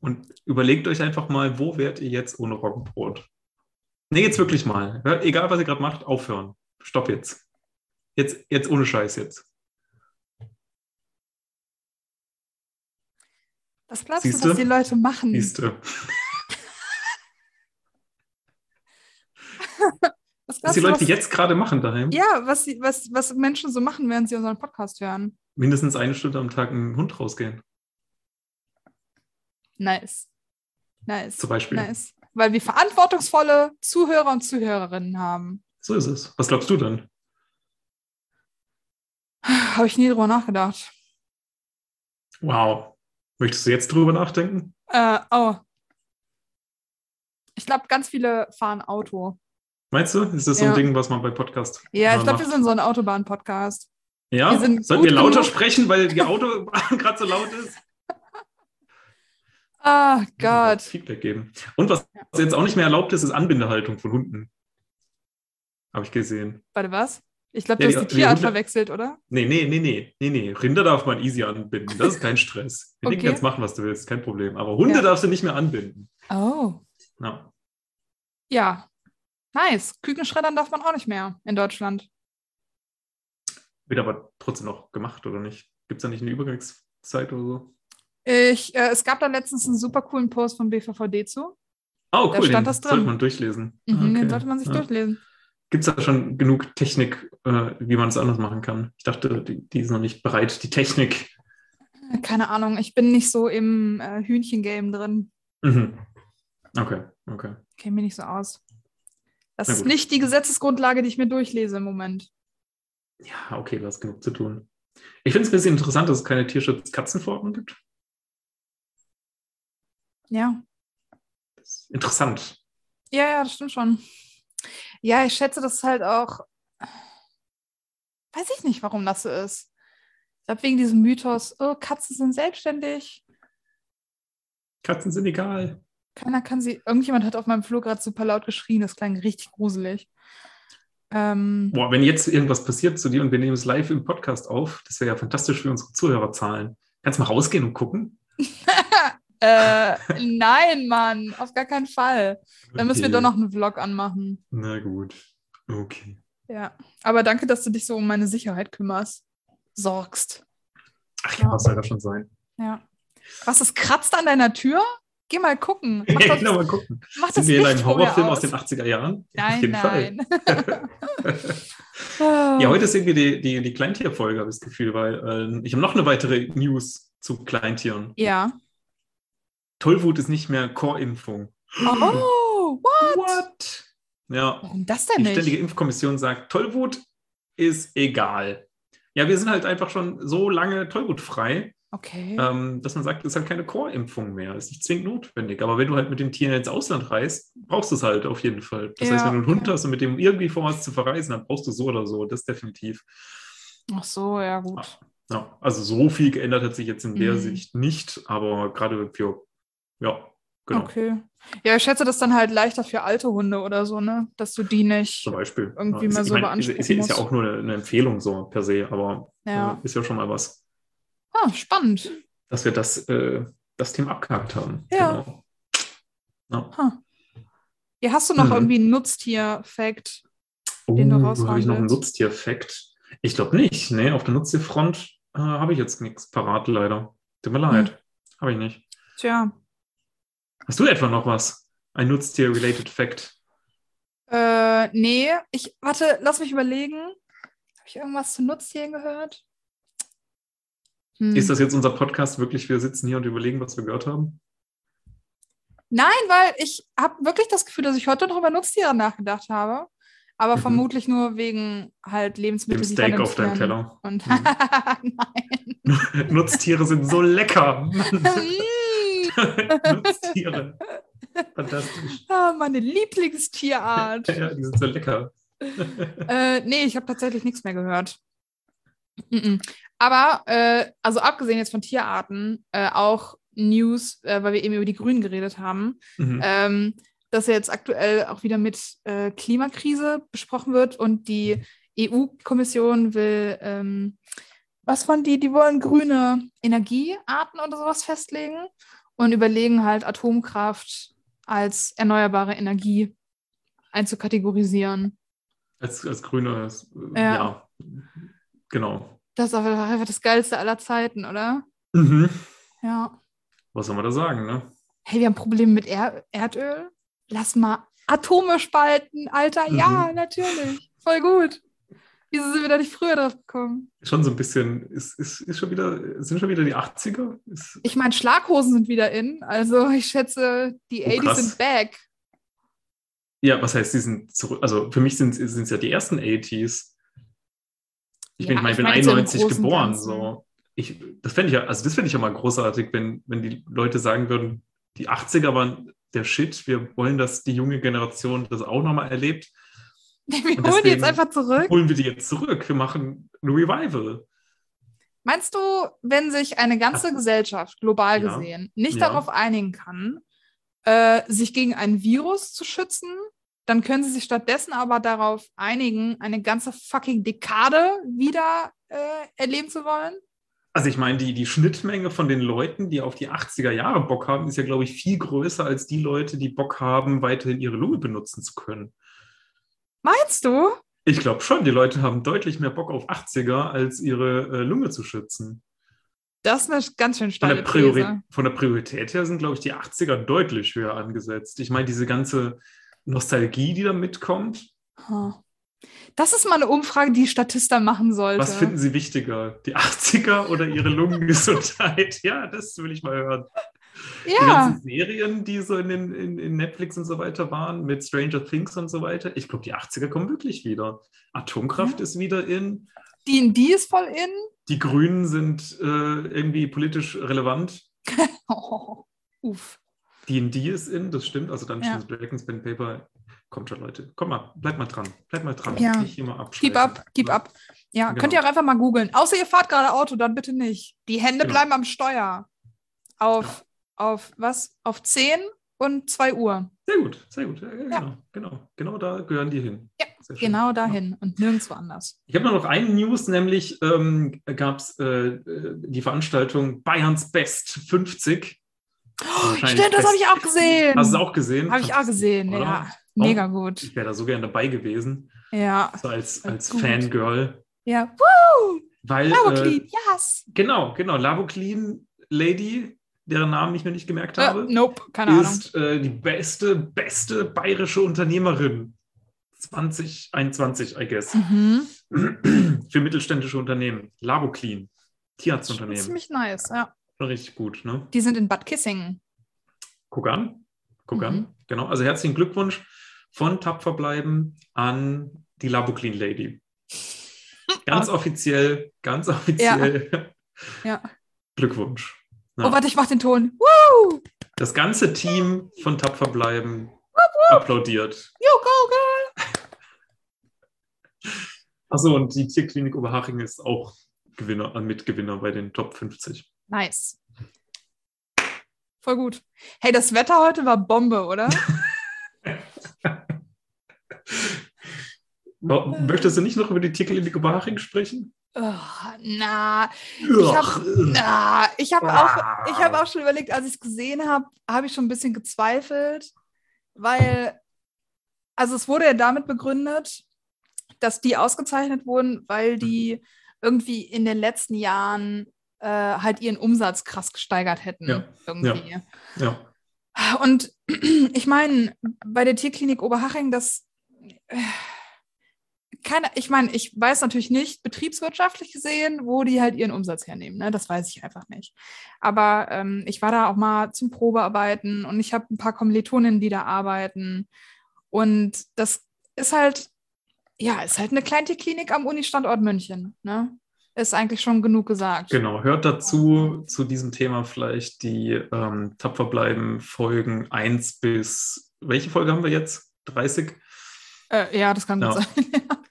[SPEAKER 2] und überlegt euch einfach mal, wo wärt ihr jetzt ohne Roggenbrot? Nee, jetzt wirklich mal. Hört- Egal was ihr gerade macht, aufhören. Stopp jetzt. Jetzt, jetzt ohne Scheiß jetzt.
[SPEAKER 1] Was glaubst du,
[SPEAKER 2] Siehste?
[SPEAKER 1] was die Leute machen?
[SPEAKER 2] Siehst du.
[SPEAKER 1] Was
[SPEAKER 2] Was
[SPEAKER 1] glaubst
[SPEAKER 2] die
[SPEAKER 1] du,
[SPEAKER 2] Leute
[SPEAKER 1] was,
[SPEAKER 2] jetzt gerade machen daheim,
[SPEAKER 1] Ja, was, sie- was, was Menschen so machen, während sie unseren Podcast hören.
[SPEAKER 2] mindestens eine Stunde am Tag mit dem Hund rausgehen,
[SPEAKER 1] Nice. Nice.
[SPEAKER 2] zum Beispiel.
[SPEAKER 1] Nice. Weil wir verantwortungsvolle Zuhörer und Zuhörerinnen haben.
[SPEAKER 2] So ist es. Was glaubst du dann?
[SPEAKER 1] Habe ich nie drüber nachgedacht.
[SPEAKER 2] Wow. Möchtest du jetzt drüber nachdenken?
[SPEAKER 1] Äh, oh. Ich glaube, ganz viele fahren Auto.
[SPEAKER 2] Meinst du? Ist das so ein
[SPEAKER 1] Ja.
[SPEAKER 2] Ding, was man bei Podcast?
[SPEAKER 1] Ja, ich
[SPEAKER 2] immer
[SPEAKER 1] glaube, wir
[SPEAKER 2] macht?
[SPEAKER 1] sind so ein Autobahn-Podcast.
[SPEAKER 2] Ja,
[SPEAKER 1] wir sind
[SPEAKER 2] sollten
[SPEAKER 1] gut
[SPEAKER 2] wir lauter
[SPEAKER 1] genug.
[SPEAKER 2] sprechen, weil die Autobahn gerade so laut ist?
[SPEAKER 1] Ah, Gott.
[SPEAKER 2] Feedback geben. Und was jetzt auch nicht mehr erlaubt ist, ist Anbindehaltung von Hunden. Habe ich gesehen.
[SPEAKER 1] Warte, was? Ich glaube,
[SPEAKER 2] Ja,
[SPEAKER 1] du
[SPEAKER 2] die-
[SPEAKER 1] hast die
[SPEAKER 2] die
[SPEAKER 1] Tierart
[SPEAKER 2] Hunde-
[SPEAKER 1] verwechselt, oder?
[SPEAKER 2] Nee, nee, nee, nee, nee, nee. Rinder darf man easy anbinden. Das ist kein Stress. Mit denen
[SPEAKER 1] Okay.
[SPEAKER 2] kannst du machen, was du willst, kein Problem. Aber Hunde
[SPEAKER 1] Ja.
[SPEAKER 2] darfst du nicht mehr anbinden.
[SPEAKER 1] Oh.
[SPEAKER 2] Ja.
[SPEAKER 1] Ja, nice. Kükenschreddern darf man auch nicht mehr in Deutschland.
[SPEAKER 2] Wird aber trotzdem noch gemacht, oder nicht? Gibt es da nicht eine Übergangszeit oder so?
[SPEAKER 1] Ich, äh, es gab da letztens einen super coolen Post vom BVVD zu.
[SPEAKER 2] Oh, cool.
[SPEAKER 1] Da stand
[SPEAKER 2] den
[SPEAKER 1] das drin.
[SPEAKER 2] Sollte man durchlesen.
[SPEAKER 1] Mhm,
[SPEAKER 2] Ah, okay.
[SPEAKER 1] Den sollte man sich
[SPEAKER 2] Ja.
[SPEAKER 1] durchlesen.
[SPEAKER 2] Gibt es da schon genug Technik, äh, wie man es anders machen kann? Ich dachte, die, die ist noch nicht bereit, die Technik.
[SPEAKER 1] Keine Ahnung, ich bin nicht so im äh, Hühnchen-Game drin.
[SPEAKER 2] Mhm. Okay, okay.
[SPEAKER 1] Kenne mich nicht so aus. Das
[SPEAKER 2] Na
[SPEAKER 1] ist
[SPEAKER 2] gut.
[SPEAKER 1] nicht die Gesetzesgrundlage, die ich mir durchlese im Moment.
[SPEAKER 2] Ja, okay, du hast genug zu tun. Ich finde es ein bisschen interessant, dass es keine Tierschutz-Katzenverordnung gibt.
[SPEAKER 1] Ja.
[SPEAKER 2] Das ist interessant.
[SPEAKER 1] Ja, ja, das stimmt schon. Ja, ich schätze, das ist halt auch. Weiß ich nicht, warum das so ist. Ich glaube, wegen diesem Mythos, oh, Katzen sind selbstständig.
[SPEAKER 2] Katzen sind egal.
[SPEAKER 1] Keiner kann sie. Irgendjemand hat auf meinem Flur gerade super laut geschrien. Das klang richtig gruselig. Ähm,
[SPEAKER 2] Boah, wenn jetzt irgendwas passiert zu dir und wir nehmen es live im Podcast auf, das wäre ja fantastisch für unsere Zuhörerzahlen. Kannst mal rausgehen und gucken?
[SPEAKER 1] äh, nein, Mann, auf gar keinen Fall. Dann müssen wir
[SPEAKER 2] Okay.
[SPEAKER 1] doch noch einen Vlog anmachen.
[SPEAKER 2] Na gut. Okay.
[SPEAKER 1] Ja. Aber danke, dass du dich so um meine Sicherheit kümmerst. Sorgst.
[SPEAKER 2] Ach ja, was soll das schon sein?
[SPEAKER 1] Ja. Was, es kratzt an deiner Tür? Geh mal gucken. Mach
[SPEAKER 2] Ja,
[SPEAKER 1] das,
[SPEAKER 2] genau, mal gucken.
[SPEAKER 1] mach das
[SPEAKER 2] Sind wir in
[SPEAKER 1] Licht
[SPEAKER 2] einem
[SPEAKER 1] vor mir
[SPEAKER 2] Horrorfilm aus.
[SPEAKER 1] aus
[SPEAKER 2] den 80er Jahren?
[SPEAKER 1] Nein, nein.
[SPEAKER 2] ja, heute ist irgendwie die, die, die Kleintierfolge, habe ich das Gefühl, weil ähm, ich habe noch eine weitere News zu Kleintieren.
[SPEAKER 1] Ja.
[SPEAKER 2] Tollwut ist nicht mehr Core-Impfung.
[SPEAKER 1] Oh, what?
[SPEAKER 2] What? Ja,
[SPEAKER 1] Warum das denn
[SPEAKER 2] die
[SPEAKER 1] nicht?
[SPEAKER 2] Ständige Impfkommission sagt, Tollwut ist egal. Ja, wir sind halt einfach schon so lange tollwutfrei,
[SPEAKER 1] Okay.
[SPEAKER 2] ähm, dass man sagt, es ist halt keine Core-Impfung mehr. Ist nicht zwingend notwendig. Aber wenn du halt mit den Tieren ins Ausland reist, brauchst du es halt auf jeden Fall. Das
[SPEAKER 1] Ja,
[SPEAKER 2] heißt, wenn du einen Hund
[SPEAKER 1] okay.
[SPEAKER 2] hast und mit dem irgendwie vorhast zu verreisen, dann brauchst du so oder so. Das definitiv.
[SPEAKER 1] Ach so, ja, gut.
[SPEAKER 2] Ja, also so viel geändert hat sich jetzt in der
[SPEAKER 1] Mhm.
[SPEAKER 2] Sicht nicht, aber gerade für, ja, genau,
[SPEAKER 1] Okay. Ja, ich schätze das dann halt leichter für alte Hunde oder so, ne? Dass du die nicht.
[SPEAKER 2] zum Beispiel.
[SPEAKER 1] Irgendwie
[SPEAKER 2] ja, ist-
[SPEAKER 1] mal
[SPEAKER 2] ich
[SPEAKER 1] so
[SPEAKER 2] meine, ist, ist,
[SPEAKER 1] beanspruchen
[SPEAKER 2] ist ja
[SPEAKER 1] musst.
[SPEAKER 2] auch nur eine, eine Empfehlung so per se, aber
[SPEAKER 1] Ja.
[SPEAKER 2] äh, ist ja schon mal was.
[SPEAKER 1] Ah, spannend.
[SPEAKER 2] dass wir das, äh, das Thema abgehakt haben.
[SPEAKER 1] Ja.
[SPEAKER 2] Genau. Ja.
[SPEAKER 1] Ja, hast du noch
[SPEAKER 2] Mhm.
[SPEAKER 1] irgendwie einen Nutztier-Fact? Den du
[SPEAKER 2] Oh, habe ich noch einen
[SPEAKER 1] raushandelst.
[SPEAKER 2] Nutztier-Fact? Ich glaube nicht. Nee, auf der Nutztierfront äh, habe ich jetzt nichts parat, leider. Tut mir
[SPEAKER 1] Hm.
[SPEAKER 2] leid. Habe ich nicht.
[SPEAKER 1] Tja.
[SPEAKER 2] Hast du etwa noch was? Ein Nutztier-related Fact?
[SPEAKER 1] Äh, nee, ich, warte, lass mich überlegen. Habe ich irgendwas zu Nutztieren gehört? Hm.
[SPEAKER 2] Ist das jetzt unser Podcast wirklich? Wir sitzen hier und überlegen, was wir gehört haben?
[SPEAKER 1] Nein, weil ich habe wirklich das Gefühl, dass ich heute noch über Nutztiere nachgedacht habe. Aber
[SPEAKER 2] Mhm.
[SPEAKER 1] vermutlich nur wegen halt
[SPEAKER 2] Dem
[SPEAKER 1] Lebensmittel. die
[SPEAKER 2] Steak
[SPEAKER 1] von
[SPEAKER 2] auf deinem
[SPEAKER 1] Tieren-
[SPEAKER 2] Teller.
[SPEAKER 1] Und
[SPEAKER 2] Mhm. Nutztiere sind so lecker. Mhm.
[SPEAKER 1] nein.
[SPEAKER 2] Nutztiere. Fantastisch.
[SPEAKER 1] ah, meine Lieblingstierart.
[SPEAKER 2] Ja, die sind so lecker.
[SPEAKER 1] äh, nee, ich habe tatsächlich nichts mehr gehört. Mhm. Aber, äh, also abgesehen jetzt von Tierarten, äh, auch News, äh, weil wir eben über die Grünen geredet haben,
[SPEAKER 2] Mhm.
[SPEAKER 1] ähm, dass ja jetzt aktuell auch wieder mit äh, Klimakrise besprochen wird und die EU-Kommission will, ähm, was von die, die wollen grüne Energiearten oder sowas festlegen und überlegen halt Atomkraft als erneuerbare Energie einzukategorisieren.
[SPEAKER 2] Als, als grünes, äh, ja.
[SPEAKER 1] Ja.
[SPEAKER 2] Genau.
[SPEAKER 1] Das ist aber einfach das Geilste aller Zeiten, oder? Ja.
[SPEAKER 2] Was soll man da sagen, ne?
[SPEAKER 1] Hey, wir haben Probleme mit er Erdöl. Lass mal Atome spalten, Alter. Ja,
[SPEAKER 2] Mhm.
[SPEAKER 1] natürlich. Voll gut. Wieso sind wir da nicht früher drauf gekommen?
[SPEAKER 2] Ist Schon so ein bisschen, ist, ist, ist schon wieder, sind schon wieder die 80er? Ist,
[SPEAKER 1] Ich meine, Schlaghosen sind wieder in. Also ich schätze, die
[SPEAKER 2] Oh,
[SPEAKER 1] 80s
[SPEAKER 2] krass.
[SPEAKER 1] sind back.
[SPEAKER 2] ja, was heißt, die sind zurück, also für mich sind es ja die ersten 80s. Ich bin,
[SPEAKER 1] Ja,
[SPEAKER 2] ich meine, ich bin
[SPEAKER 1] meine jetzt im
[SPEAKER 2] 91
[SPEAKER 1] Großen und
[SPEAKER 2] geboren,
[SPEAKER 1] Ganzen.
[SPEAKER 2] so. Ich, das fände ich ja, also das fände ich ja mal großartig, wenn, wenn die Leute sagen würden, die 80er waren der Shit, wir wollen, dass die junge Generation das auch nochmal erlebt.
[SPEAKER 1] Wir
[SPEAKER 2] Und
[SPEAKER 1] holen die
[SPEAKER 2] deswegen-
[SPEAKER 1] jetzt einfach zurück.
[SPEAKER 2] Holen wir die jetzt zurück, wir machen ein Revival.
[SPEAKER 1] Meinst du, wenn sich eine ganze Gesellschaft global
[SPEAKER 2] Ja.
[SPEAKER 1] gesehen nicht
[SPEAKER 2] Ja.
[SPEAKER 1] darauf einigen kann, äh, sich gegen ein Virus zu schützen, dann können sie sich stattdessen aber darauf einigen, eine ganze fucking Dekade wieder äh, erleben zu wollen?
[SPEAKER 2] Also ich meine, die, die Schnittmenge von den Leuten, die auf die 80er Jahre Bock haben, ist ja, glaube ich, viel größer als die Leute, die Bock haben, weiterhin ihre Lunge benutzen zu können.
[SPEAKER 1] Meinst du?
[SPEAKER 2] Ich glaube schon, die Leute haben deutlich mehr Bock auf 80er, als ihre äh, Lunge zu schützen.
[SPEAKER 1] Das ist eine ganz schön
[SPEAKER 2] Von der,
[SPEAKER 1] steile
[SPEAKER 2] Priori
[SPEAKER 1] These.
[SPEAKER 2] von der Priorität her sind, glaube ich, die 80er deutlich höher angesetzt. Ich meine, diese ganze Nostalgie, die da mitkommt,
[SPEAKER 1] Huh. Das ist mal eine Umfrage, die Statista machen sollte.
[SPEAKER 2] was finden Sie wichtiger? Die 80er oder Ihre Lungengesundheit? ja, das will ich mal hören. Die
[SPEAKER 1] ja,
[SPEAKER 2] ganzen Serien, die so in, den, in, in Netflix und so weiter waren, mit Stranger Things und so weiter. Ich glaube, die 80er kommen wirklich wieder. Atomkraft
[SPEAKER 1] Ja.
[SPEAKER 2] ist wieder in.
[SPEAKER 1] D&D ist voll in.
[SPEAKER 2] Die Grünen sind äh, irgendwie politisch relevant.
[SPEAKER 1] Oh, uff.
[SPEAKER 2] D&D ist in, das stimmt. Also dann
[SPEAKER 1] Ja.
[SPEAKER 2] steht Black and Pen Paper. Kommt schon, Leute. Komm mal, bleib mal dran. Bleib mal dran.
[SPEAKER 1] Ja.
[SPEAKER 2] Nicht immer
[SPEAKER 1] Keep
[SPEAKER 2] abschweifen.
[SPEAKER 1] up, keep up. Ja,
[SPEAKER 2] Genau.
[SPEAKER 1] könnt ihr auch einfach mal googeln. Außer ihr fahrt gerade Auto, dann bitte nicht. Die Hände
[SPEAKER 2] Genau.
[SPEAKER 1] bleiben am Steuer. Auf, auf was? Auf 10 und 2 Uhr.
[SPEAKER 2] Sehr gut, sehr gut. Ja, ja,
[SPEAKER 1] Ja.
[SPEAKER 2] Genau, genau. Genau da gehören die hin.
[SPEAKER 1] Ja,
[SPEAKER 2] Sehr schön.
[SPEAKER 1] Genau dahin und nirgendwo anders.
[SPEAKER 2] Ich habe noch eine News, nämlich ähm, gab es äh, äh, die Veranstaltung Bayerns Best 50. Wahrscheinlich
[SPEAKER 1] Oh, Stimmt, das habe ich auch
[SPEAKER 2] Best-
[SPEAKER 1] gesehen.
[SPEAKER 2] Hast du es auch gesehen?
[SPEAKER 1] Habe ich auch gesehen,
[SPEAKER 2] Oder?
[SPEAKER 1] ja. Mega gut.
[SPEAKER 2] Ich wäre da so gerne dabei gewesen,
[SPEAKER 1] Ja.
[SPEAKER 2] so als,
[SPEAKER 1] Ja,
[SPEAKER 2] als
[SPEAKER 1] gut.
[SPEAKER 2] Fangirl.
[SPEAKER 1] Ja. Woo!
[SPEAKER 2] Weil,
[SPEAKER 1] Bravo,
[SPEAKER 2] äh,
[SPEAKER 1] Clean. Yes.
[SPEAKER 2] genau, genau, Labo Clean Lady deren Namen ich mir nicht gemerkt
[SPEAKER 1] Äh,
[SPEAKER 2] habe,
[SPEAKER 1] nope, keine Ahnung.
[SPEAKER 2] ist äh, die beste, beste bayerische Unternehmerin 2021, I guess.
[SPEAKER 1] Mhm.
[SPEAKER 2] Für mittelständische Unternehmen. Laboclean, Tierarztunternehmen.
[SPEAKER 1] Ziemlich nice, ja.
[SPEAKER 2] Schon Richtig gut, ne?
[SPEAKER 1] Die sind in Bad Kissingen.
[SPEAKER 2] Guck an. Guck
[SPEAKER 1] Mhm.
[SPEAKER 2] an. Genau. Also herzlichen Glückwunsch von Tapfer bleiben an die Laboclean Lady. Ganz offiziell, ganz offiziell.
[SPEAKER 1] Ja.
[SPEAKER 2] Glückwunsch. Ja.
[SPEAKER 1] Oh, warte, ich mach den Ton. Woo!
[SPEAKER 2] Das ganze Team von Tapfer bleiben applaudiert.
[SPEAKER 1] You go, girl!
[SPEAKER 2] Achso, und die Tierklinik Oberhaching ist auch Gewinner, äh, Mitgewinner bei den Top 50.
[SPEAKER 1] Nice. Voll gut. Hey, das Wetter heute war Bombe, oder?
[SPEAKER 2] Möchtest du nicht noch über die Tierklinik Oberhaching sprechen?
[SPEAKER 1] Ugh, Oh, na, hab- na, Ah, ich habe auch, ich hab auch schon überlegt, als ich es gesehen habe, habe ich schon ein bisschen gezweifelt, weil, also es wurde ja damit begründet, dass die ausgezeichnet wurden, weil die
[SPEAKER 2] Mhm.
[SPEAKER 1] irgendwie in den letzten Jahren äh, halt ihren Umsatz krass gesteigert hätten.
[SPEAKER 2] Ja,
[SPEAKER 1] Irgendwie.
[SPEAKER 2] Ja.
[SPEAKER 1] Und ich meine, bei der Tierklinik Oberhaching, das äh, keine, ich meine, ich weiß natürlich nicht betriebswirtschaftlich gesehen, wo die halt ihren Umsatz hernehmen. Ne? Das weiß ich einfach nicht. Aber ähm, ich war da auch mal zum Probearbeiten und ich habe ein paar Kommilitoninnen, die da arbeiten. Und das ist halt, ja, ist halt eine Kleintierklinik am Uni-Standort München. Ne? Ist eigentlich schon genug gesagt.
[SPEAKER 2] Genau, hört dazu zu diesem Thema vielleicht die ähm, Tapfer bleiben Folgen 1 bis. Welche Folge haben wir jetzt? 30?
[SPEAKER 1] Äh, ja, das kann gut
[SPEAKER 2] Ja.
[SPEAKER 1] sein.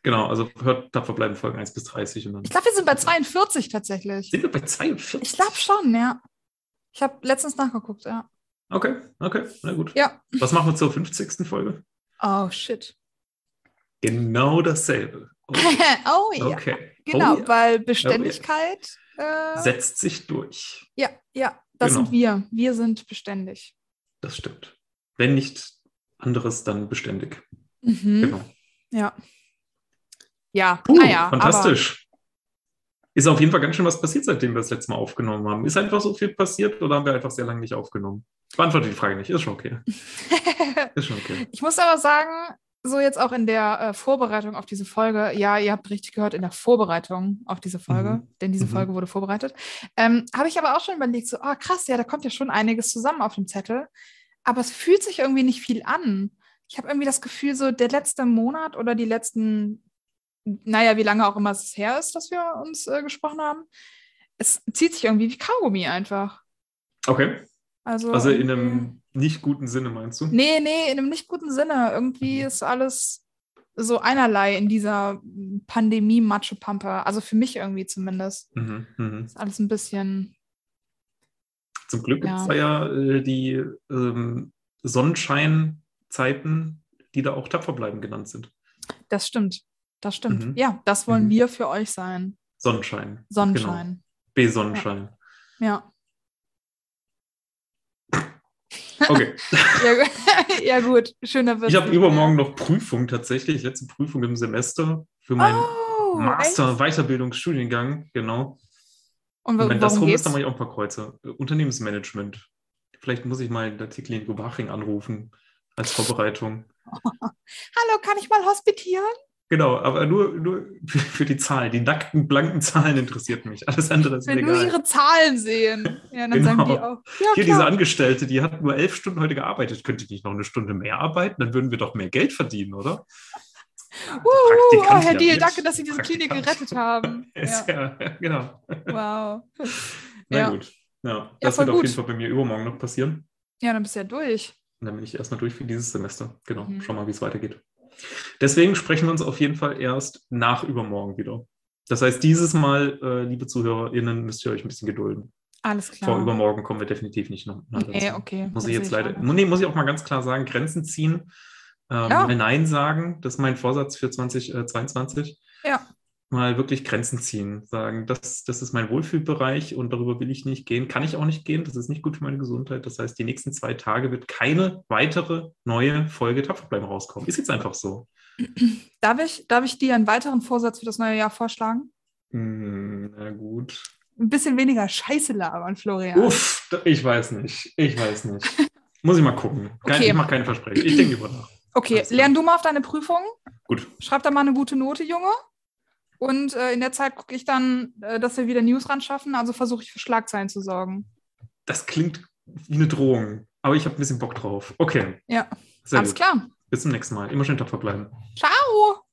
[SPEAKER 2] Genau, also hört Tapfer bleiben Folgen 1 bis 30 und dann
[SPEAKER 1] Ich glaube, wir sind bei 42 tatsächlich.
[SPEAKER 2] sind wir bei 42.
[SPEAKER 1] Ich glaube schon, ja. Ich habe letztens nachgeguckt, ja.
[SPEAKER 2] Okay, okay, na gut.
[SPEAKER 1] Ja.
[SPEAKER 2] Was machen wir zur 50. Folge?
[SPEAKER 1] Oh, shit.
[SPEAKER 2] Genau dasselbe. Okay.
[SPEAKER 1] oh ja.
[SPEAKER 2] okay.
[SPEAKER 1] Genau,
[SPEAKER 2] Oh, ja.
[SPEAKER 1] weil Beständigkeit. Äh,
[SPEAKER 2] Setzt sich durch.
[SPEAKER 1] ja, ja, das
[SPEAKER 2] Genau.
[SPEAKER 1] sind wir. Wir sind beständig.
[SPEAKER 2] Das stimmt. Wenn nicht anderes, dann beständig.
[SPEAKER 1] Mhm.
[SPEAKER 2] Genau.
[SPEAKER 1] Ja. Ja,
[SPEAKER 2] Puh,
[SPEAKER 1] naja.
[SPEAKER 2] fantastisch. Ist auf jeden Fall ganz schön was passiert, seitdem wir das letzte Mal aufgenommen haben. Ist einfach so viel passiert oder haben wir einfach sehr lange nicht aufgenommen? Beantworte die Frage nicht. Ist schon okay.
[SPEAKER 1] Aber
[SPEAKER 2] Ist schon okay.
[SPEAKER 1] ich muss aber sagen, so jetzt auch in der äh, Vorbereitung auf diese Folge, ja, ihr habt richtig gehört, in der Vorbereitung auf diese Folge, denn diese
[SPEAKER 2] Mhm.
[SPEAKER 1] Folge wurde vorbereitet, ähm, habe ich aber auch schon überlegt, so, ah, krass, ja, da kommt ja schon einiges zusammen auf dem Zettel, aber es fühlt sich irgendwie nicht viel an. Ich habe irgendwie das Gefühl, so der letzte Monat oder die letzten, naja, wie lange auch immer es her ist, dass wir uns äh, gesprochen haben, es zieht sich irgendwie wie Kaugummi einfach.
[SPEAKER 2] Okay.
[SPEAKER 1] Also,
[SPEAKER 2] Also in
[SPEAKER 1] irgendwie-
[SPEAKER 2] einem nicht guten Sinne meinst du?
[SPEAKER 1] Nee, nee, in einem nicht guten Sinne. Irgendwie
[SPEAKER 2] Mhm.
[SPEAKER 1] ist alles so einerlei in dieser Pandemie-Matschepampe. Also für mich irgendwie zumindest.
[SPEAKER 2] Mhm, mhm.
[SPEAKER 1] Ist alles ein bisschen.
[SPEAKER 2] Zum Glück
[SPEAKER 1] Ja.
[SPEAKER 2] gibt es da ja äh, die ähm, Sonnenscheinzeiten, die da auch tapfer bleiben genannt sind.
[SPEAKER 1] Das stimmt. Das stimmt.
[SPEAKER 2] Mhm.
[SPEAKER 1] Ja, das wollen
[SPEAKER 2] Mhm.
[SPEAKER 1] wir für euch sein.
[SPEAKER 2] Sonnenschein.
[SPEAKER 1] Sonnenschein.
[SPEAKER 2] B-Sonnenschein.
[SPEAKER 1] Ja.
[SPEAKER 2] Okay.
[SPEAKER 1] Ja, gu- ja, gut. Schöner Witz.
[SPEAKER 2] Ich habe übermorgen noch Prüfung tatsächlich, letzte Prüfung im Semester für meinen
[SPEAKER 1] Oh,
[SPEAKER 2] Master
[SPEAKER 1] echt?
[SPEAKER 2] Weiterbildungsstudiengang, genau.
[SPEAKER 1] Und wa-
[SPEAKER 2] Und
[SPEAKER 1] warum
[SPEAKER 2] wenn das rum
[SPEAKER 1] geht's?
[SPEAKER 2] ist, dann mache ich auch ein paar Kreuze. Äh, Unternehmensmanagement. Vielleicht muss ich mal in der Tierklinik Oberhaching anrufen als Vorbereitung.
[SPEAKER 1] Hallo, kann ich mal hospitieren?
[SPEAKER 2] Genau, aber nur, nur für, für die Zahlen. Die nackten, blanken Zahlen interessiert mich. Alles andere
[SPEAKER 1] Ich
[SPEAKER 2] ist mir
[SPEAKER 1] will nur
[SPEAKER 2] egal.
[SPEAKER 1] ihre Zahlen sehen. Ja, dann
[SPEAKER 2] Genau.
[SPEAKER 1] sagen die auch. Ja,
[SPEAKER 2] Hier diese
[SPEAKER 1] klar.
[SPEAKER 2] Angestellte, die hat nur elf Stunden heute gearbeitet. Könnte die nicht noch eine Stunde mehr arbeiten? Dann würden wir doch mehr Geld verdienen, oder?
[SPEAKER 1] Uh, uh, oh,
[SPEAKER 2] Praktikantin
[SPEAKER 1] Herr
[SPEAKER 2] ja
[SPEAKER 1] Deal,
[SPEAKER 2] mit.
[SPEAKER 1] danke, dass Sie diese Klinik
[SPEAKER 2] Praktikant.
[SPEAKER 1] gerettet haben. Ja.
[SPEAKER 2] Ist ja. genau.
[SPEAKER 1] Wow.
[SPEAKER 2] Na
[SPEAKER 1] Ja.
[SPEAKER 2] gut. Ja, das
[SPEAKER 1] voll
[SPEAKER 2] wird auf
[SPEAKER 1] gut.
[SPEAKER 2] jeden Fall bei mir übermorgen noch passieren.
[SPEAKER 1] ja, dann bist du ja durch.
[SPEAKER 2] Und dann bin ich erstmal durch für dieses Semester. Genau,
[SPEAKER 1] Mhm.
[SPEAKER 2] schau mal, wie es weitergeht. Deswegen sprechen wir uns auf jeden Fall erst nach übermorgen wieder. Das heißt, dieses Mal, äh, liebe ZuhörerInnen, müsst ihr euch ein bisschen gedulden.
[SPEAKER 1] Alles
[SPEAKER 2] Vor
[SPEAKER 1] klar.
[SPEAKER 2] übermorgen kommen wir definitiv nicht noch. mal
[SPEAKER 1] Nee,
[SPEAKER 2] dazu.
[SPEAKER 1] okay.
[SPEAKER 2] Muss
[SPEAKER 1] das
[SPEAKER 2] ich jetzt
[SPEAKER 1] sehe
[SPEAKER 2] leider,
[SPEAKER 1] auch.
[SPEAKER 2] nee, muss ich auch mal ganz klar sagen, Grenzen ziehen, ähm,
[SPEAKER 1] Ja.
[SPEAKER 2] mal Nein sagen, das ist mein Vorsatz für 2022.
[SPEAKER 1] Ja.
[SPEAKER 2] Mal wirklich Grenzen ziehen, sagen, das, das ist mein Wohlfühlbereich und darüber will ich nicht gehen, kann ich auch nicht gehen, das ist nicht gut für meine Gesundheit. Das heißt, die nächsten zwei Tage wird keine weitere neue Folge Tapferbleiben rauskommen. Ist jetzt einfach so.
[SPEAKER 1] Darf ich, darf ich dir einen weiteren Vorsatz für das neue Jahr vorschlagen?
[SPEAKER 2] Hm, na gut.
[SPEAKER 1] ein bisschen weniger Scheiße labern, Florian.
[SPEAKER 2] Uff, ich weiß nicht. Ich weiß nicht. Muss ich mal gucken. Kein,
[SPEAKER 1] Okay.
[SPEAKER 2] Ich mache keine Versprechen. Ich denke über nach.
[SPEAKER 1] Okay,
[SPEAKER 2] Alles klar.
[SPEAKER 1] lern du mal auf deine Prüfung.
[SPEAKER 2] Gut.
[SPEAKER 1] Schreib da mal eine gute Note, Junge. Und äh, in der Zeit gucke ich dann, äh, dass wir wieder News ran schaffen. Also versuche ich für Schlagzeilen zu sorgen.
[SPEAKER 2] Das klingt wie eine Drohung, aber ich habe ein bisschen Bock drauf. Okay.
[SPEAKER 1] Ja.
[SPEAKER 2] Sehr
[SPEAKER 1] Alles
[SPEAKER 2] gut.
[SPEAKER 1] klar.
[SPEAKER 2] Bis zum nächsten Mal. Immer schön tapfer bleiben.
[SPEAKER 1] Ciao.